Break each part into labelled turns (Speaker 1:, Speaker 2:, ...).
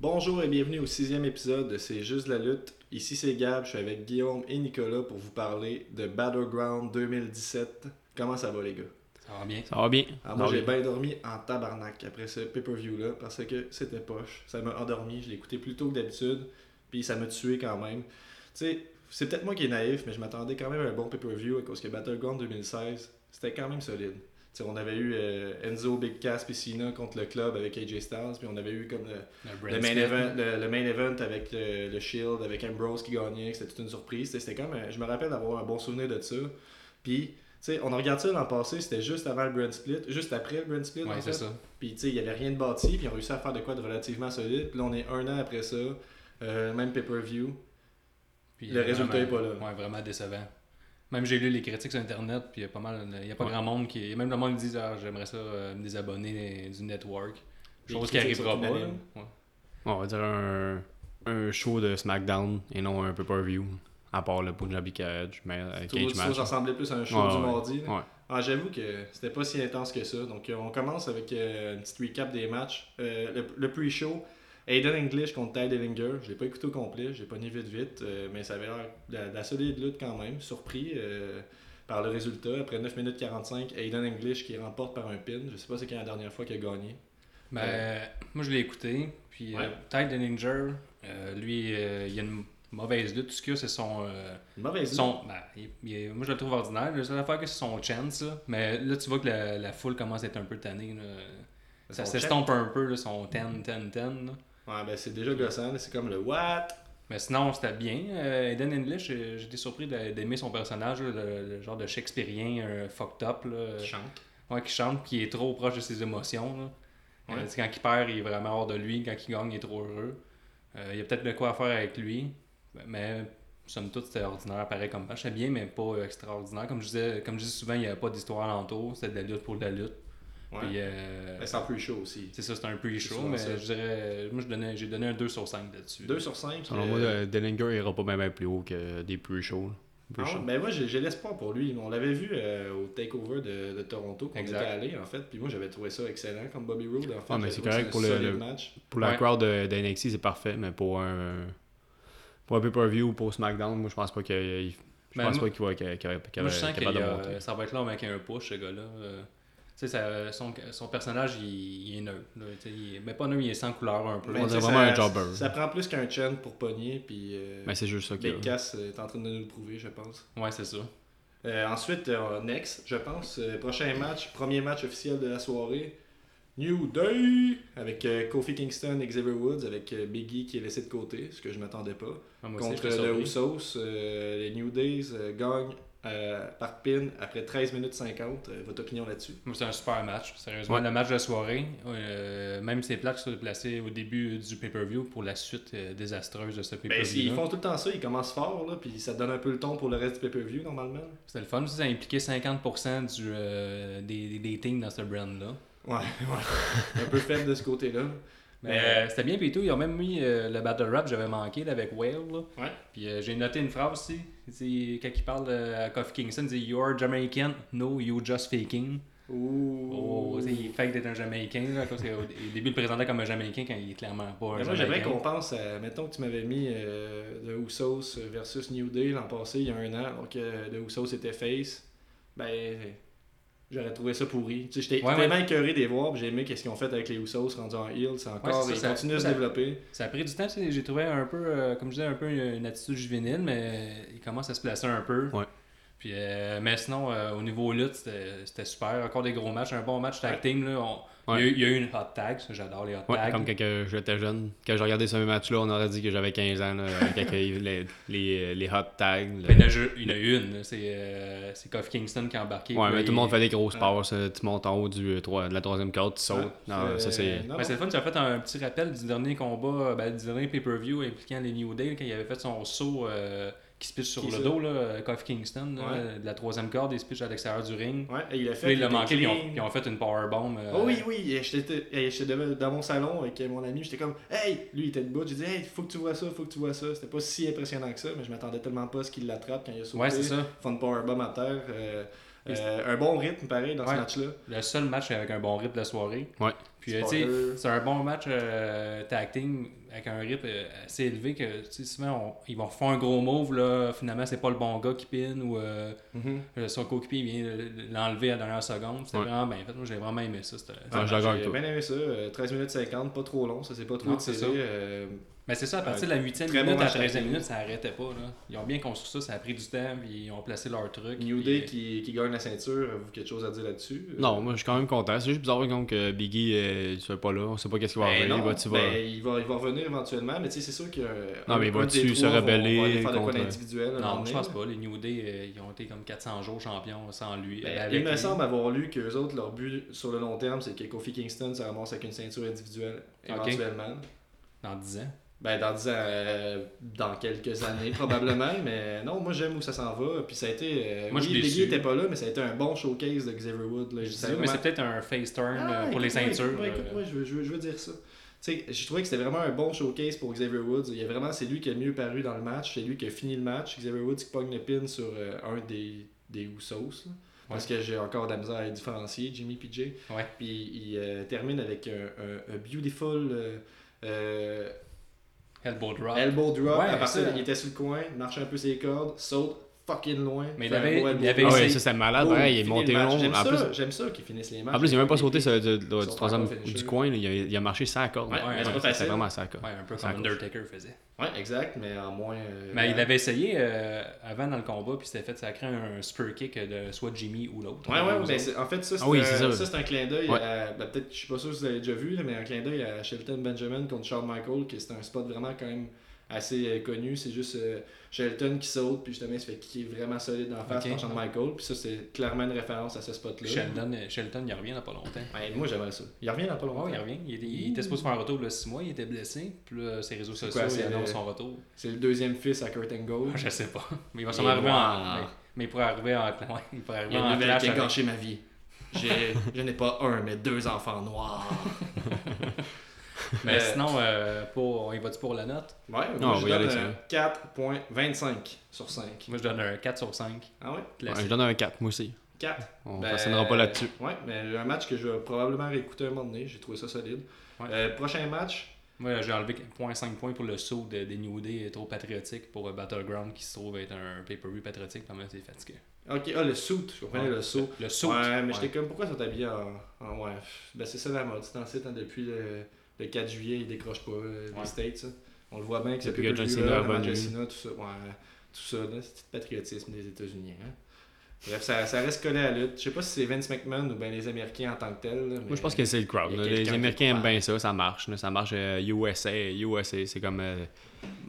Speaker 1: Bonjour et bienvenue au sixième épisode de C'est juste la lutte. Ici c'est Gab, je suis avec Guillaume et Nicolas pour vous parler de Battleground 2017. Comment ça va les gars?
Speaker 2: Ça va bien.
Speaker 3: Ça va bien.
Speaker 1: Ah, moi
Speaker 3: Non,
Speaker 1: j'ai
Speaker 3: mais-
Speaker 1: bien dormi en tabarnak après ce pay-per-view là parce que c'était poche. Ça m'a endormi, je l'ai écouté plus tôt que d'habitude, puis ça m'a tué quand même. Tu sais, c'est peut-être moi qui est naïf, mais je m'attendais quand même à un bon pay-per-view à cause que Battleground 2016, c'était quand même solide. Tu sais, on avait eu euh, Enzo, Big Cass et Cena contre le club avec AJ Styles, puis on avait eu comme euh, le,
Speaker 2: Le,
Speaker 1: le
Speaker 2: Brad
Speaker 1: main,
Speaker 2: Smith.
Speaker 1: event, le, le main event avec le, le Shield, avec Ambrose qui gagnait, que c'était toute une surprise. C'était- C'était comme, un- je me rappelle d'avoir un bon souvenir de ça. Puis, tu sais, on regarde ça l'an passé, c'était juste avant le Brand Split, juste après le Brand Split. en
Speaker 2: Ouais, c'est
Speaker 1: fait.
Speaker 2: ça.
Speaker 1: Puis, tu sais, il n'y avait rien de bâti, puis on a réussi à faire de quoi de relativement solide. Puis là, on est un an après ça, euh, même pay-per-view.
Speaker 2: Puis,
Speaker 1: Le
Speaker 2: euh,
Speaker 1: résultat
Speaker 2: vraiment-
Speaker 1: est pas là.
Speaker 2: Ouais, vraiment décevant. Même j'ai lu les critiques sur Internet, puis il y a pas mal, il y a pas grand monde qui. Même le monde dit ah, j'aimerais ça euh, me désabonner du network.
Speaker 1: Les
Speaker 2: Chose qui
Speaker 1: critiques
Speaker 2: arrivera
Speaker 1: sont
Speaker 2: pas. là.
Speaker 1: unanimes.
Speaker 2: Ouais.
Speaker 3: On va dire un, un show de SmackDown et non un pay-per-view. À part le Punjabi Cage, mais euh,
Speaker 1: Tout,
Speaker 3: Cage
Speaker 1: tout ça,
Speaker 2: hein.
Speaker 3: Match.
Speaker 1: ça ressemblait plus à un show
Speaker 3: Ouais,
Speaker 1: du
Speaker 3: ouais.
Speaker 1: mardi. là.
Speaker 3: Ouais.
Speaker 1: Ah, J'avoue que c'était pas si intense que ça. Donc, euh, on commence avec euh, une petite recap des matchs. Euh, le, le pre-show, Aiden English contre Ty Dillinger. Je l'ai pas écouté au complet, je l'ai pas ni vite vite, euh, mais ça avait l'air de, la- de la solide lutte quand même. Surpris euh, par le résultat. Après 9 minutes 45, Aiden English qui remporte par un pin. Je sais pas c'est quand la dernière fois qu'il a gagné.
Speaker 2: Ben,
Speaker 1: Euh,
Speaker 2: moi je l'ai écouté. Puis
Speaker 1: Ouais.
Speaker 2: euh, Ty Dillinger, euh, lui, euh, il a une mauvaise lutte. Tout ce qu'il a, c'est son. euh,
Speaker 1: Une mauvaise lutte.
Speaker 2: son ben, il- il- moi je le trouve ordinaire. La seule affaire que c'est son chance. là. Mais là, tu vois que la, la foule commence à être un peu tannée. là. Ça
Speaker 1: Son
Speaker 2: s'estompe un peu, là, son 10, 10, 10. là.
Speaker 1: Ouais, ben c'est déjà gossant. là. C'est comme le what?
Speaker 2: Mais sinon, c'était bien. Euh, Eden English, euh, j'étais surpris d'a- d'aimer son personnage, là, le, le genre de Shakespearean euh, fucked up, là.
Speaker 1: Chante.
Speaker 2: Ouais, qui chante, qui est trop proche de ses émotions. là. Euh,
Speaker 1: Ouais.
Speaker 2: tu sais, quand il perd, il est vraiment hors de lui. Quand il gagne, il est trop heureux. Euh, il y a peut-être de quoi à faire avec lui. Mais, somme toute, c'était ordinaire, pareil comme match. C'était bien, mais pas euh, extraordinaire. Comme je disais, comme je dis souvent, il n'y avait pas d'histoire alentour. C'était de la lutte pour de la lutte.
Speaker 1: Ouais.
Speaker 2: Puis, euh,
Speaker 1: Ben, c'est en pre-show aussi.
Speaker 2: c'est ça, c'était un peu chaud,
Speaker 1: souvent
Speaker 2: mais
Speaker 1: ça.
Speaker 2: je dirais. Moi, je donnais- j'ai donné un 2 sur 5 là-dessus.
Speaker 1: 2 sur 5.
Speaker 3: Selon moi, euh, Dellinger ira pas bien plus haut que des pre-shows. là.
Speaker 1: Ah ouais,
Speaker 3: Pre-shows.
Speaker 1: ben moi j'ai j'ai l'espoir pour lui. On l'avait vu euh, au takeover de, de Toronto qu'on était
Speaker 2: Exact.
Speaker 1: allé en fait. Puis moi j'avais trouvé ça excellent comme Bobby Roode en fait.
Speaker 3: Ah, mais
Speaker 1: J'avais
Speaker 3: c'est
Speaker 1: trouvé
Speaker 3: correct
Speaker 1: ça
Speaker 3: pour le-
Speaker 1: solide
Speaker 3: le-
Speaker 1: match.
Speaker 3: Pour la
Speaker 2: Ouais.
Speaker 3: crowd de- d'NXT, c'est parfait, mais pour un, pour un pay-per-view ou pour SmackDown, moi je pense pas qu'il je
Speaker 2: Ben,
Speaker 3: pense
Speaker 2: moi-
Speaker 3: pas qu'il va qu'il- qu'il va être
Speaker 2: Moi, je sens
Speaker 3: capable de monter.
Speaker 2: que euh, ça va être long avec un push, ce gars-là. Euh, tu sais, ça- son, son personnage, il, il est neutre. là. Tu sais, il est- mais pas neutre, il est sans couleur un peu.
Speaker 1: Mais
Speaker 3: on
Speaker 1: tu sais,
Speaker 3: dirait vraiment
Speaker 1: ça-
Speaker 3: un jobber. hein.
Speaker 1: Ça prend plus qu'un chant pour pogner. Puis euh,
Speaker 3: Mais c'est juste ça qu'il y a.
Speaker 1: Big Cass euh, est en train de nous le prouver, je pense.
Speaker 2: Ouais, c'est ça.
Speaker 1: Euh, ensuite, euh, next, je pense, euh, prochain match, premier match officiel de la soirée. New Day avec euh, Kofi Kingston et Xavier Woods avec euh, Biggie qui est laissé de côté, ce que je m'attendais pas.
Speaker 2: Ah, moi aussi,
Speaker 1: contre
Speaker 2: j'étais
Speaker 1: le
Speaker 2: surpris.
Speaker 1: Usos. euh, les New Days euh, gagnent euh, par pin après 13 minutes 50. Euh, votre opinion là-dessus?
Speaker 2: Moi, c'est un super match. Sérieusement,
Speaker 3: Ouais.
Speaker 2: le match de la soirée, euh, même ces plaques sont placées au début du pay-per-view pour la suite euh, désastreuse de ce
Speaker 1: Ben,
Speaker 2: pay-per-view.
Speaker 1: ils font tout le temps ça, ils commencent fort, là, puis ça donne un peu le ton pour le reste du pay-per-view, normalement.
Speaker 2: C'était le fun. Ça impliquait 50% du, euh, des, des datings dans ce brand-là.
Speaker 1: Ouais, ouais. un peu faible de ce côté-là.
Speaker 2: Mais euh, c'était bien, puis tout. Ils ont même mis euh, le battle rap, j'avais manqué, là, avec Whale. Là.
Speaker 1: Ouais.
Speaker 2: Puis euh, j'ai noté une phrase aussi. Il dit- Quand il parle euh, à Kofi Kingston, il dit You're Jamaican, no, you just faking.
Speaker 1: Ouh.
Speaker 2: Oh, tu sais, il fake d'être un Jamaïcain. Là, parce qu'au au début, il le présentait comme un Jamaïcain quand il est clairement pas un
Speaker 1: Mais moi, j'aimerais
Speaker 2: Jamaïcain.
Speaker 1: qu'on pense à. Mettons que tu m'avais mis euh, le Usos versus New Day l'an passé, il y a un an, alors que le Usos était face. Ben, j'aurais trouvé ça pourri. Tu sais, j'étais
Speaker 2: Ouais,
Speaker 1: tellement écœuré des voir, puis j'ai aimé qu'est-ce qu'ils ont fait avec les Usos rendus en heel. C'est encore.
Speaker 2: c'est ça,
Speaker 1: ils
Speaker 2: ça-
Speaker 1: continuent de se
Speaker 2: ça-
Speaker 1: développer.
Speaker 2: Ça a pris du temps. tu sais, J'ai trouvé un peu, euh, comme je disais, un peu une attitude juvénile, mais il commence à se placer un peu.
Speaker 3: Ouais.
Speaker 2: Puis, euh, mais sinon, euh, au niveau lutte, c'était c'était super. Encore des gros matchs, un bon match tag team. Là, on- il,
Speaker 3: Ouais.
Speaker 2: y a, eu- il y a eu une hot tag, ça, j'adore les hot
Speaker 3: Ouais,
Speaker 2: tags.
Speaker 3: comme quand que j'étais jeune. Quand j'ai regardé ce match-là, on aurait dit que j'avais 15 ans. Là, quand que les, les, les hot tags. le-
Speaker 2: Ben, il y en a ju- il y en a une, là, c'est euh, c'est Kofi Kingston qui a embarqué.
Speaker 3: Ouais,
Speaker 2: puis
Speaker 1: ben,
Speaker 3: mais
Speaker 2: il-
Speaker 3: tout le monde fait des grosses
Speaker 1: Ouais.
Speaker 3: passes. euh, Tu montes en haut du, euh, trois- de la troisième corde, tu sautes.
Speaker 1: Ouais.
Speaker 3: non,
Speaker 1: Euh,
Speaker 3: ça c'est.
Speaker 1: non,
Speaker 2: Ouais, c'est le fun, tu as fait un petit rappel du dernier combat, ben, du dernier pay-per-view impliquant les New Day, quand il avait fait son saut euh, qui se pitche sur
Speaker 1: Qui
Speaker 2: le
Speaker 1: ça?
Speaker 2: dos, là, euh, Kofi Kingston, là,
Speaker 1: Ouais.
Speaker 2: de la troisième corde, il se pitche à l'extérieur du ring.
Speaker 1: Ouais, et il a
Speaker 2: Puis là,
Speaker 1: fait.
Speaker 2: il l'a
Speaker 1: était
Speaker 2: manqué, puis ils
Speaker 1: clean.
Speaker 2: ont, ils ont fait une powerbomb. euh,
Speaker 1: Oh oui, oui, et j'étais et j'étais devant- dans mon salon avec mon ami, j'étais comme Hey! Lui il était debout, j'ai dit Hey, faut que tu vois ça, faut que tu vois ça. C'était pas si impressionnant que ça, mais je m'attendais tellement pas à ce qu'il l'attrape quand il a sauté.
Speaker 2: Ouais, c'est ça.
Speaker 1: Fun powerbomb à terre. euh, euh, un bon rythme pareil dans
Speaker 2: Ouais.
Speaker 1: ce match-là.
Speaker 2: Le seul match avec un bon rythme de la soirée.
Speaker 3: Ouais.
Speaker 2: Puis, euh, tu sais, c'est un bon match euh, tag team avec un rip euh, assez élevé que, tu sais, souvent, on- ils vont faire un gros move, là. Finalement, c'est pas le bon gars qui pine ou euh,
Speaker 1: Mhm.
Speaker 2: euh, son coéquipier vient le- l'enlever à la dernière seconde. C'était
Speaker 3: Ouais.
Speaker 2: vraiment bien fait. Moi, j'ai vraiment aimé ça. c'était-
Speaker 3: Ah, je d'accord avec
Speaker 1: J'ai
Speaker 3: toi.
Speaker 1: bien aimé ça. euh, 13 minutes 50, pas trop long. Ça s'est pas trop
Speaker 2: Non,
Speaker 1: étiré.
Speaker 2: c'est ça.
Speaker 1: euh,
Speaker 2: Mais c'est ça, à partir de la 8
Speaker 1: très
Speaker 2: minute
Speaker 1: bon
Speaker 2: à la
Speaker 1: match
Speaker 2: 13e
Speaker 1: tag team.
Speaker 2: minute, ça arrêtait pas, là. Ils ont bien construit ça, ça a pris du temps, puis ils ont placé leur truc.
Speaker 1: New
Speaker 2: puis- euh,
Speaker 1: Day qui, qui gagne la ceinture. Avez-vous quelque chose à dire là-dessus Euh,
Speaker 3: Non, moi je suis quand même content. C'est juste bizarre donc, que Biggie euh, il soit pas là. On sait pas qu'est-ce qui va
Speaker 1: Ben
Speaker 3: arriver.
Speaker 1: non,
Speaker 3: Bah, tu
Speaker 1: ben,
Speaker 3: vas-
Speaker 1: il, va, il va revenir éventuellement, mais tu sais, c'est sûr que. euh,
Speaker 3: Non,
Speaker 1: un-
Speaker 3: mais
Speaker 1: un
Speaker 3: vas-tu
Speaker 1: des
Speaker 3: se
Speaker 1: trois vont-
Speaker 3: rebeller
Speaker 1: vont aller faire de quoi
Speaker 3: contre-
Speaker 1: d'individuel à un moment
Speaker 2: Non, je
Speaker 1: donné,
Speaker 2: pense
Speaker 1: là.
Speaker 2: pas. Les New Day, euh, ils ont été comme 400 jours champions sans lui.
Speaker 1: Ben,
Speaker 2: euh, avec
Speaker 1: il me
Speaker 2: lui.
Speaker 1: semble avoir lu que les autres, leur but sur le long terme, c'est que Kofi Kingston se ramasse avec une ceinture individuelle
Speaker 2: Ok.
Speaker 1: éventuellement.
Speaker 2: Dans 10 ans.
Speaker 1: Ben, dans, dix ans, euh, dans quelques années, probablement. mais non, moi, j'aime où ça s'en va. Puis ça a été. euh,
Speaker 2: Moi, je
Speaker 1: oui,
Speaker 2: suis déçu.
Speaker 1: Biggie était pas là, mais ça a été un bon showcase de Xavier Wood. Là,
Speaker 2: Je dis
Speaker 1: Ça a
Speaker 2: ça, mais
Speaker 1: vraiment-
Speaker 2: c'est peut-être un face turn
Speaker 1: Ah,
Speaker 2: euh, pour les
Speaker 1: écoute-moi,
Speaker 2: ceintures.
Speaker 1: écoute-moi,
Speaker 2: euh,
Speaker 1: écoute-moi, je, veux- je veux- je veux dire ça. Tu sais, j'ai trouvé que c'était vraiment un bon showcase pour Xavier Woods. Il y a vraiment, c'est lui qui a le mieux paru dans le match. C'est lui qui a fini le match. Xavier Woods qui pogne le pin sur euh, un des, des Usos. là. Parce que j'ai encore de la misère à les différencier, Jimmy PJ.
Speaker 2: Ouais.
Speaker 1: Puis il euh, termine avec un, un- un beautiful euh, euh,
Speaker 2: Elbow drop.
Speaker 1: elbow drop.
Speaker 2: Ouais,
Speaker 1: à partir,
Speaker 2: ça.
Speaker 1: il était sur le coin, marche un peu ses cordes, saute fucking loin.
Speaker 2: Mais il
Speaker 1: fait un
Speaker 2: avait-
Speaker 1: beau
Speaker 2: il
Speaker 1: elbow
Speaker 2: avait
Speaker 3: Ah
Speaker 1: drop.
Speaker 2: essayé-
Speaker 3: ouais, ça c'était malade.
Speaker 1: Boum,
Speaker 3: ouais, il est
Speaker 1: finit
Speaker 3: monté
Speaker 1: Oh, le match.
Speaker 3: long.
Speaker 1: J'aime
Speaker 3: En
Speaker 1: ça,
Speaker 3: plus,
Speaker 1: j'aime ça qu'ils finissent les matchs.
Speaker 3: en plus, il a même pas
Speaker 1: Puis-
Speaker 3: sauté sur le- du
Speaker 1: sont
Speaker 3: troisième
Speaker 1: encore finishers.
Speaker 3: du coin. là. Il, a, il a marché sur la corde.
Speaker 2: Ouais, mais c'est pas
Speaker 3: c'était
Speaker 1: facile.
Speaker 3: vraiment sur la corde.
Speaker 2: Ouais, un peu
Speaker 3: Ça
Speaker 2: comme
Speaker 3: coûte.
Speaker 2: Undertaker faisait.
Speaker 1: Ouais, exact, mais en moins. euh,
Speaker 2: Mais il
Speaker 1: grave.
Speaker 2: avait essayé euh, avant dans le combat, puis c'était fait sacrer un spear kick de soit Jimmy ou l'autre.
Speaker 1: Ouais, ouais,
Speaker 2: Ou
Speaker 1: mais
Speaker 2: l'autre.
Speaker 1: c'est- en fait, ça, c'est
Speaker 3: Ah oui,
Speaker 1: un-
Speaker 3: c'est
Speaker 1: ça,
Speaker 3: ça.
Speaker 1: c'est un clin d'œil.
Speaker 3: Ouais.
Speaker 1: à- ben, Peut-être, je suis pas sûr si vous avez déjà vu, là, mais un clin d'œil à Shelton Benjamin contre Charles Michael, qui c'est un spot vraiment quand même assez euh, connu. C'est juste euh, Shelton qui saute, puis justement, il se fait kicker vraiment solide en face
Speaker 2: Ok.
Speaker 1: par Charles Michael. Puis ça, c'est clairement une référence à ce spot-là.
Speaker 2: Sheldon, euh, Shelton, il revient dans pas longtemps.
Speaker 1: Ouais, moi, j'aimerais ça. Il revient dans pas longtemps.
Speaker 2: Ouais, il revient. Il, était- il était supposé faire un retour le 6 mois, il était blessé. Puis là, ses réseaux sociaux
Speaker 1: quoi,
Speaker 2: ils
Speaker 1: c'est le-
Speaker 2: annoncent son retour.
Speaker 1: C'est le deuxième fils à Kurt Angle.
Speaker 2: Je sais pas. Mais il va
Speaker 1: Il
Speaker 2: sûrement
Speaker 1: est
Speaker 2: arriver en.
Speaker 1: noir.
Speaker 2: Mais, mais il pourrait arriver en. ouais, il pourrait
Speaker 1: Il y
Speaker 2: arriver
Speaker 1: a
Speaker 2: en
Speaker 1: une nouvelle
Speaker 2: clash
Speaker 1: qui a
Speaker 2: avec-
Speaker 1: gâché ma vie. J'ai- Je n'ai pas un, mais deux enfants noirs.
Speaker 2: Mais
Speaker 1: Euh,
Speaker 2: sinon, euh, pour, on y va-tu pour la note
Speaker 1: Ouais,
Speaker 3: Non,
Speaker 1: moi,
Speaker 3: on
Speaker 1: je euh,
Speaker 3: va y
Speaker 1: donne
Speaker 3: aller,
Speaker 1: un 4.25 sur 5.
Speaker 2: Moi, je donne un 4 sur 5.
Speaker 1: Ah ouais?
Speaker 3: Ouais,
Speaker 2: Classique.
Speaker 3: je donne un 4, moi aussi.
Speaker 1: 4.
Speaker 3: On
Speaker 1: Ben,
Speaker 3: ne pas là-dessus.
Speaker 1: Ouais, mais un match que je vais probablement réécouter un moment donné. J'ai trouvé ça solide.
Speaker 2: Ouais.
Speaker 1: Euh, prochain match,
Speaker 2: Moi, j'ai enlevé 0.5 points pour le saut de, des New Day trop patriotique pour euh, Battleground qui se trouve être un pay-per-view patriotique. Quand même, c'est fatigué.
Speaker 1: ok, ah, le suit, je comprenais
Speaker 2: Ouais.
Speaker 1: le saut.
Speaker 2: Le saut.
Speaker 1: Ouais, mais
Speaker 2: ouais.
Speaker 1: j'étais comme, pourquoi ils sont habillés en. en- ouais, pff, ben c'est ça la mode. C'est en site, hein, depuis le, le 4 juillet, ils décrochent pas euh,
Speaker 2: Ouais.
Speaker 1: les States. ça. On le voit bien que c'est
Speaker 3: Depuis que John Cena est revenu.
Speaker 1: John Cena, tout ça. Ouais, tout ça, là, c'est le patriotisme des États-Unis. hein. Bref, ça, ça reste collé à la lutte. Je sais pas si c'est Vince McMahon ou ben les Américains en tant que tels. là,
Speaker 3: Moi,
Speaker 1: mais-
Speaker 3: je pense que c'est le crowd.
Speaker 1: il y a
Speaker 3: là. Les
Speaker 1: quelqu'un qui
Speaker 3: Américains aiment
Speaker 1: parle.
Speaker 3: bien ça, ça marche. là. Ça marche euh, USA. USA, c'est comme. euh,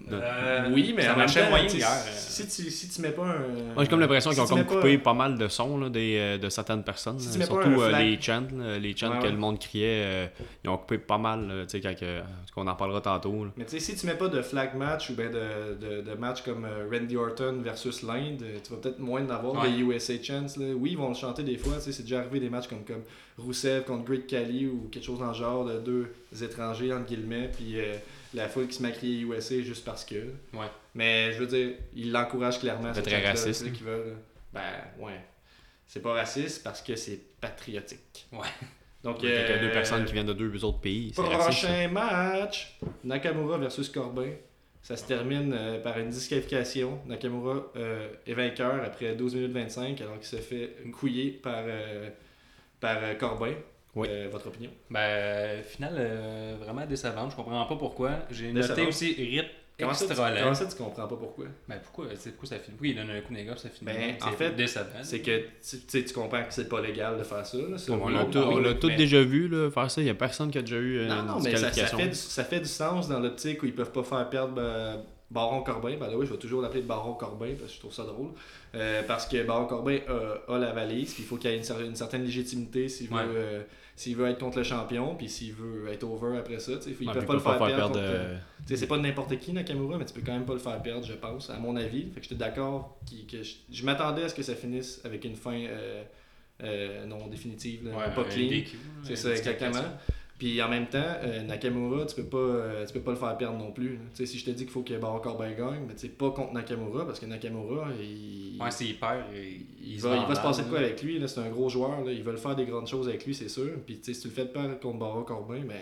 Speaker 3: notre-
Speaker 1: Oui, mais
Speaker 2: Euh, ça
Speaker 1: en même
Speaker 2: marchait
Speaker 1: temps,
Speaker 2: moyen
Speaker 1: tu sais,
Speaker 2: hier. euh.
Speaker 1: Si, si tu, si tu mets pas un.
Speaker 3: Moi, j'ai comme l'impression
Speaker 1: Euh, si
Speaker 3: qu'ils ont
Speaker 1: tu
Speaker 3: comme
Speaker 1: mets pas
Speaker 3: coupé pas mal de sons là, des, euh, de certaines personnes.
Speaker 1: Si
Speaker 3: là.
Speaker 1: tu mets pas
Speaker 3: Surtout
Speaker 1: un
Speaker 3: euh,
Speaker 1: flag-
Speaker 3: les chants, là, les chants
Speaker 1: Ouais,
Speaker 3: que
Speaker 1: ouais.
Speaker 3: le monde criait. euh, ils ont coupé pas mal, là, tu sais, quand que- en tout cas, on en parlera tantôt. là.
Speaker 1: Mais tu sais, si tu mets pas de flag match ou ben de, de, de match comme euh, Randy Orton versus l'Inde, euh, tu vas peut-être moins d'avoir
Speaker 2: Ouais.
Speaker 1: des USA Chance. Là. Oui, ils vont le chanter des fois. tu sais, C'est déjà arrivé des matchs comme, comme Rousseff contre Great Khali ou quelque chose dans le genre de deux étrangers, entre guillemets, puis euh, la foule qui se met à crier USA juste parce que.
Speaker 2: Ouais.
Speaker 1: Mais je veux dire, ils l'encouragent clairement.
Speaker 3: C'est
Speaker 1: cette
Speaker 3: très
Speaker 1: chance-là,
Speaker 3: raciste,
Speaker 1: tu sais,
Speaker 3: hein.
Speaker 1: qu'ils veulent, là. Ben, ouais. C'est pas raciste parce que c'est patriotique.
Speaker 2: Ouais.
Speaker 1: Donc,
Speaker 3: Il y a
Speaker 1: euh,
Speaker 3: deux personnes qui viennent de deux autres pays. C'est raciste, ça.
Speaker 1: Prochain match, Nakamura versus Corbin. Ça se termine euh, par une disqualification. Nakamura euh, est vainqueur après 12 minutes 25 alors qu'il se fait couiller par, euh, par euh, Corbin.
Speaker 3: Oui.
Speaker 1: Euh, votre opinion?
Speaker 2: Ben, finale euh, vraiment décevante. Je comprends pas pourquoi. J'ai noté
Speaker 1: Décevante.
Speaker 2: aussi rythme
Speaker 1: Comment ça, tu,
Speaker 2: extra
Speaker 1: comment ça, tu comprends pas pourquoi?
Speaker 2: Ben, pourquoi, c'est- pourquoi ça finit Pourquoi il donne un coup de négoce, ça finit
Speaker 1: Ben,
Speaker 2: bien?
Speaker 1: en
Speaker 2: C'est
Speaker 1: fait,
Speaker 2: décevant.
Speaker 1: C'est que tu, tu sais, tu comprends que c'est pas légal de faire ça. là, ça.
Speaker 3: On
Speaker 1: Oui,
Speaker 3: l'a
Speaker 1: oui,
Speaker 3: tout- on
Speaker 1: oui,
Speaker 3: l'a tous
Speaker 1: mais-
Speaker 3: déjà vu là, faire ça. Il n'y a personne qui a déjà eu euh,
Speaker 1: Non, non,
Speaker 3: une
Speaker 1: mais ça, ça
Speaker 3: disqualification.
Speaker 1: fait du, ça fait du sens dans l'optique où ils peuvent pas faire perdre euh, Baron Corbin. Ben là, oui, je vais toujours l'appeler Baron Corbin parce que je trouve ça drôle. Euh, parce que Baron Corbin euh, a, a la valise, puis il faut qu'il y ait une, cer- une certaine légitimité s'il veut,
Speaker 2: Ouais.
Speaker 1: euh, s'il veut être contre le champion, puis s'il veut être over après ça. tu sais, Ils
Speaker 3: Ouais,
Speaker 1: peuvent
Speaker 3: puis
Speaker 1: pas le
Speaker 3: ils peuvent
Speaker 1: faire
Speaker 3: pas
Speaker 1: perdre. contre,
Speaker 3: euh,
Speaker 1: euh, tu sais, C'est pas n'importe qui, Nakamura, mais tu peux quand même pas le faire perdre, je pense, à mon avis. Fait que j'étais d'accord. qu'il- que je je m'attendais à ce que ça finisse avec une fin euh, euh, non définitive, là,
Speaker 2: Ouais,
Speaker 1: pas
Speaker 2: un
Speaker 1: clean.
Speaker 2: DQ, là,
Speaker 1: C'est
Speaker 2: une
Speaker 1: ça, exactement.
Speaker 2: disqualification.
Speaker 1: Puis en même temps, euh, Nakamura, tu peux pas euh, tu peux pas le faire perdre non plus. là. Tu sais, si je te dis qu'il faut que Baron Corbin gagne, mais tu sais, pas contre Nakamura, parce que Nakamura, il,
Speaker 2: Ouais, euh, s'il perd, il,
Speaker 1: il,
Speaker 2: il
Speaker 1: va, il
Speaker 2: rend
Speaker 1: va se
Speaker 2: mal,
Speaker 1: passer de quoi
Speaker 2: là.
Speaker 1: avec lui. là. C'est un gros joueur. là. Ils veulent faire des grandes choses avec lui, c'est sûr. Puis tu sais, si tu le fais perdre contre Baron Corbin, ben,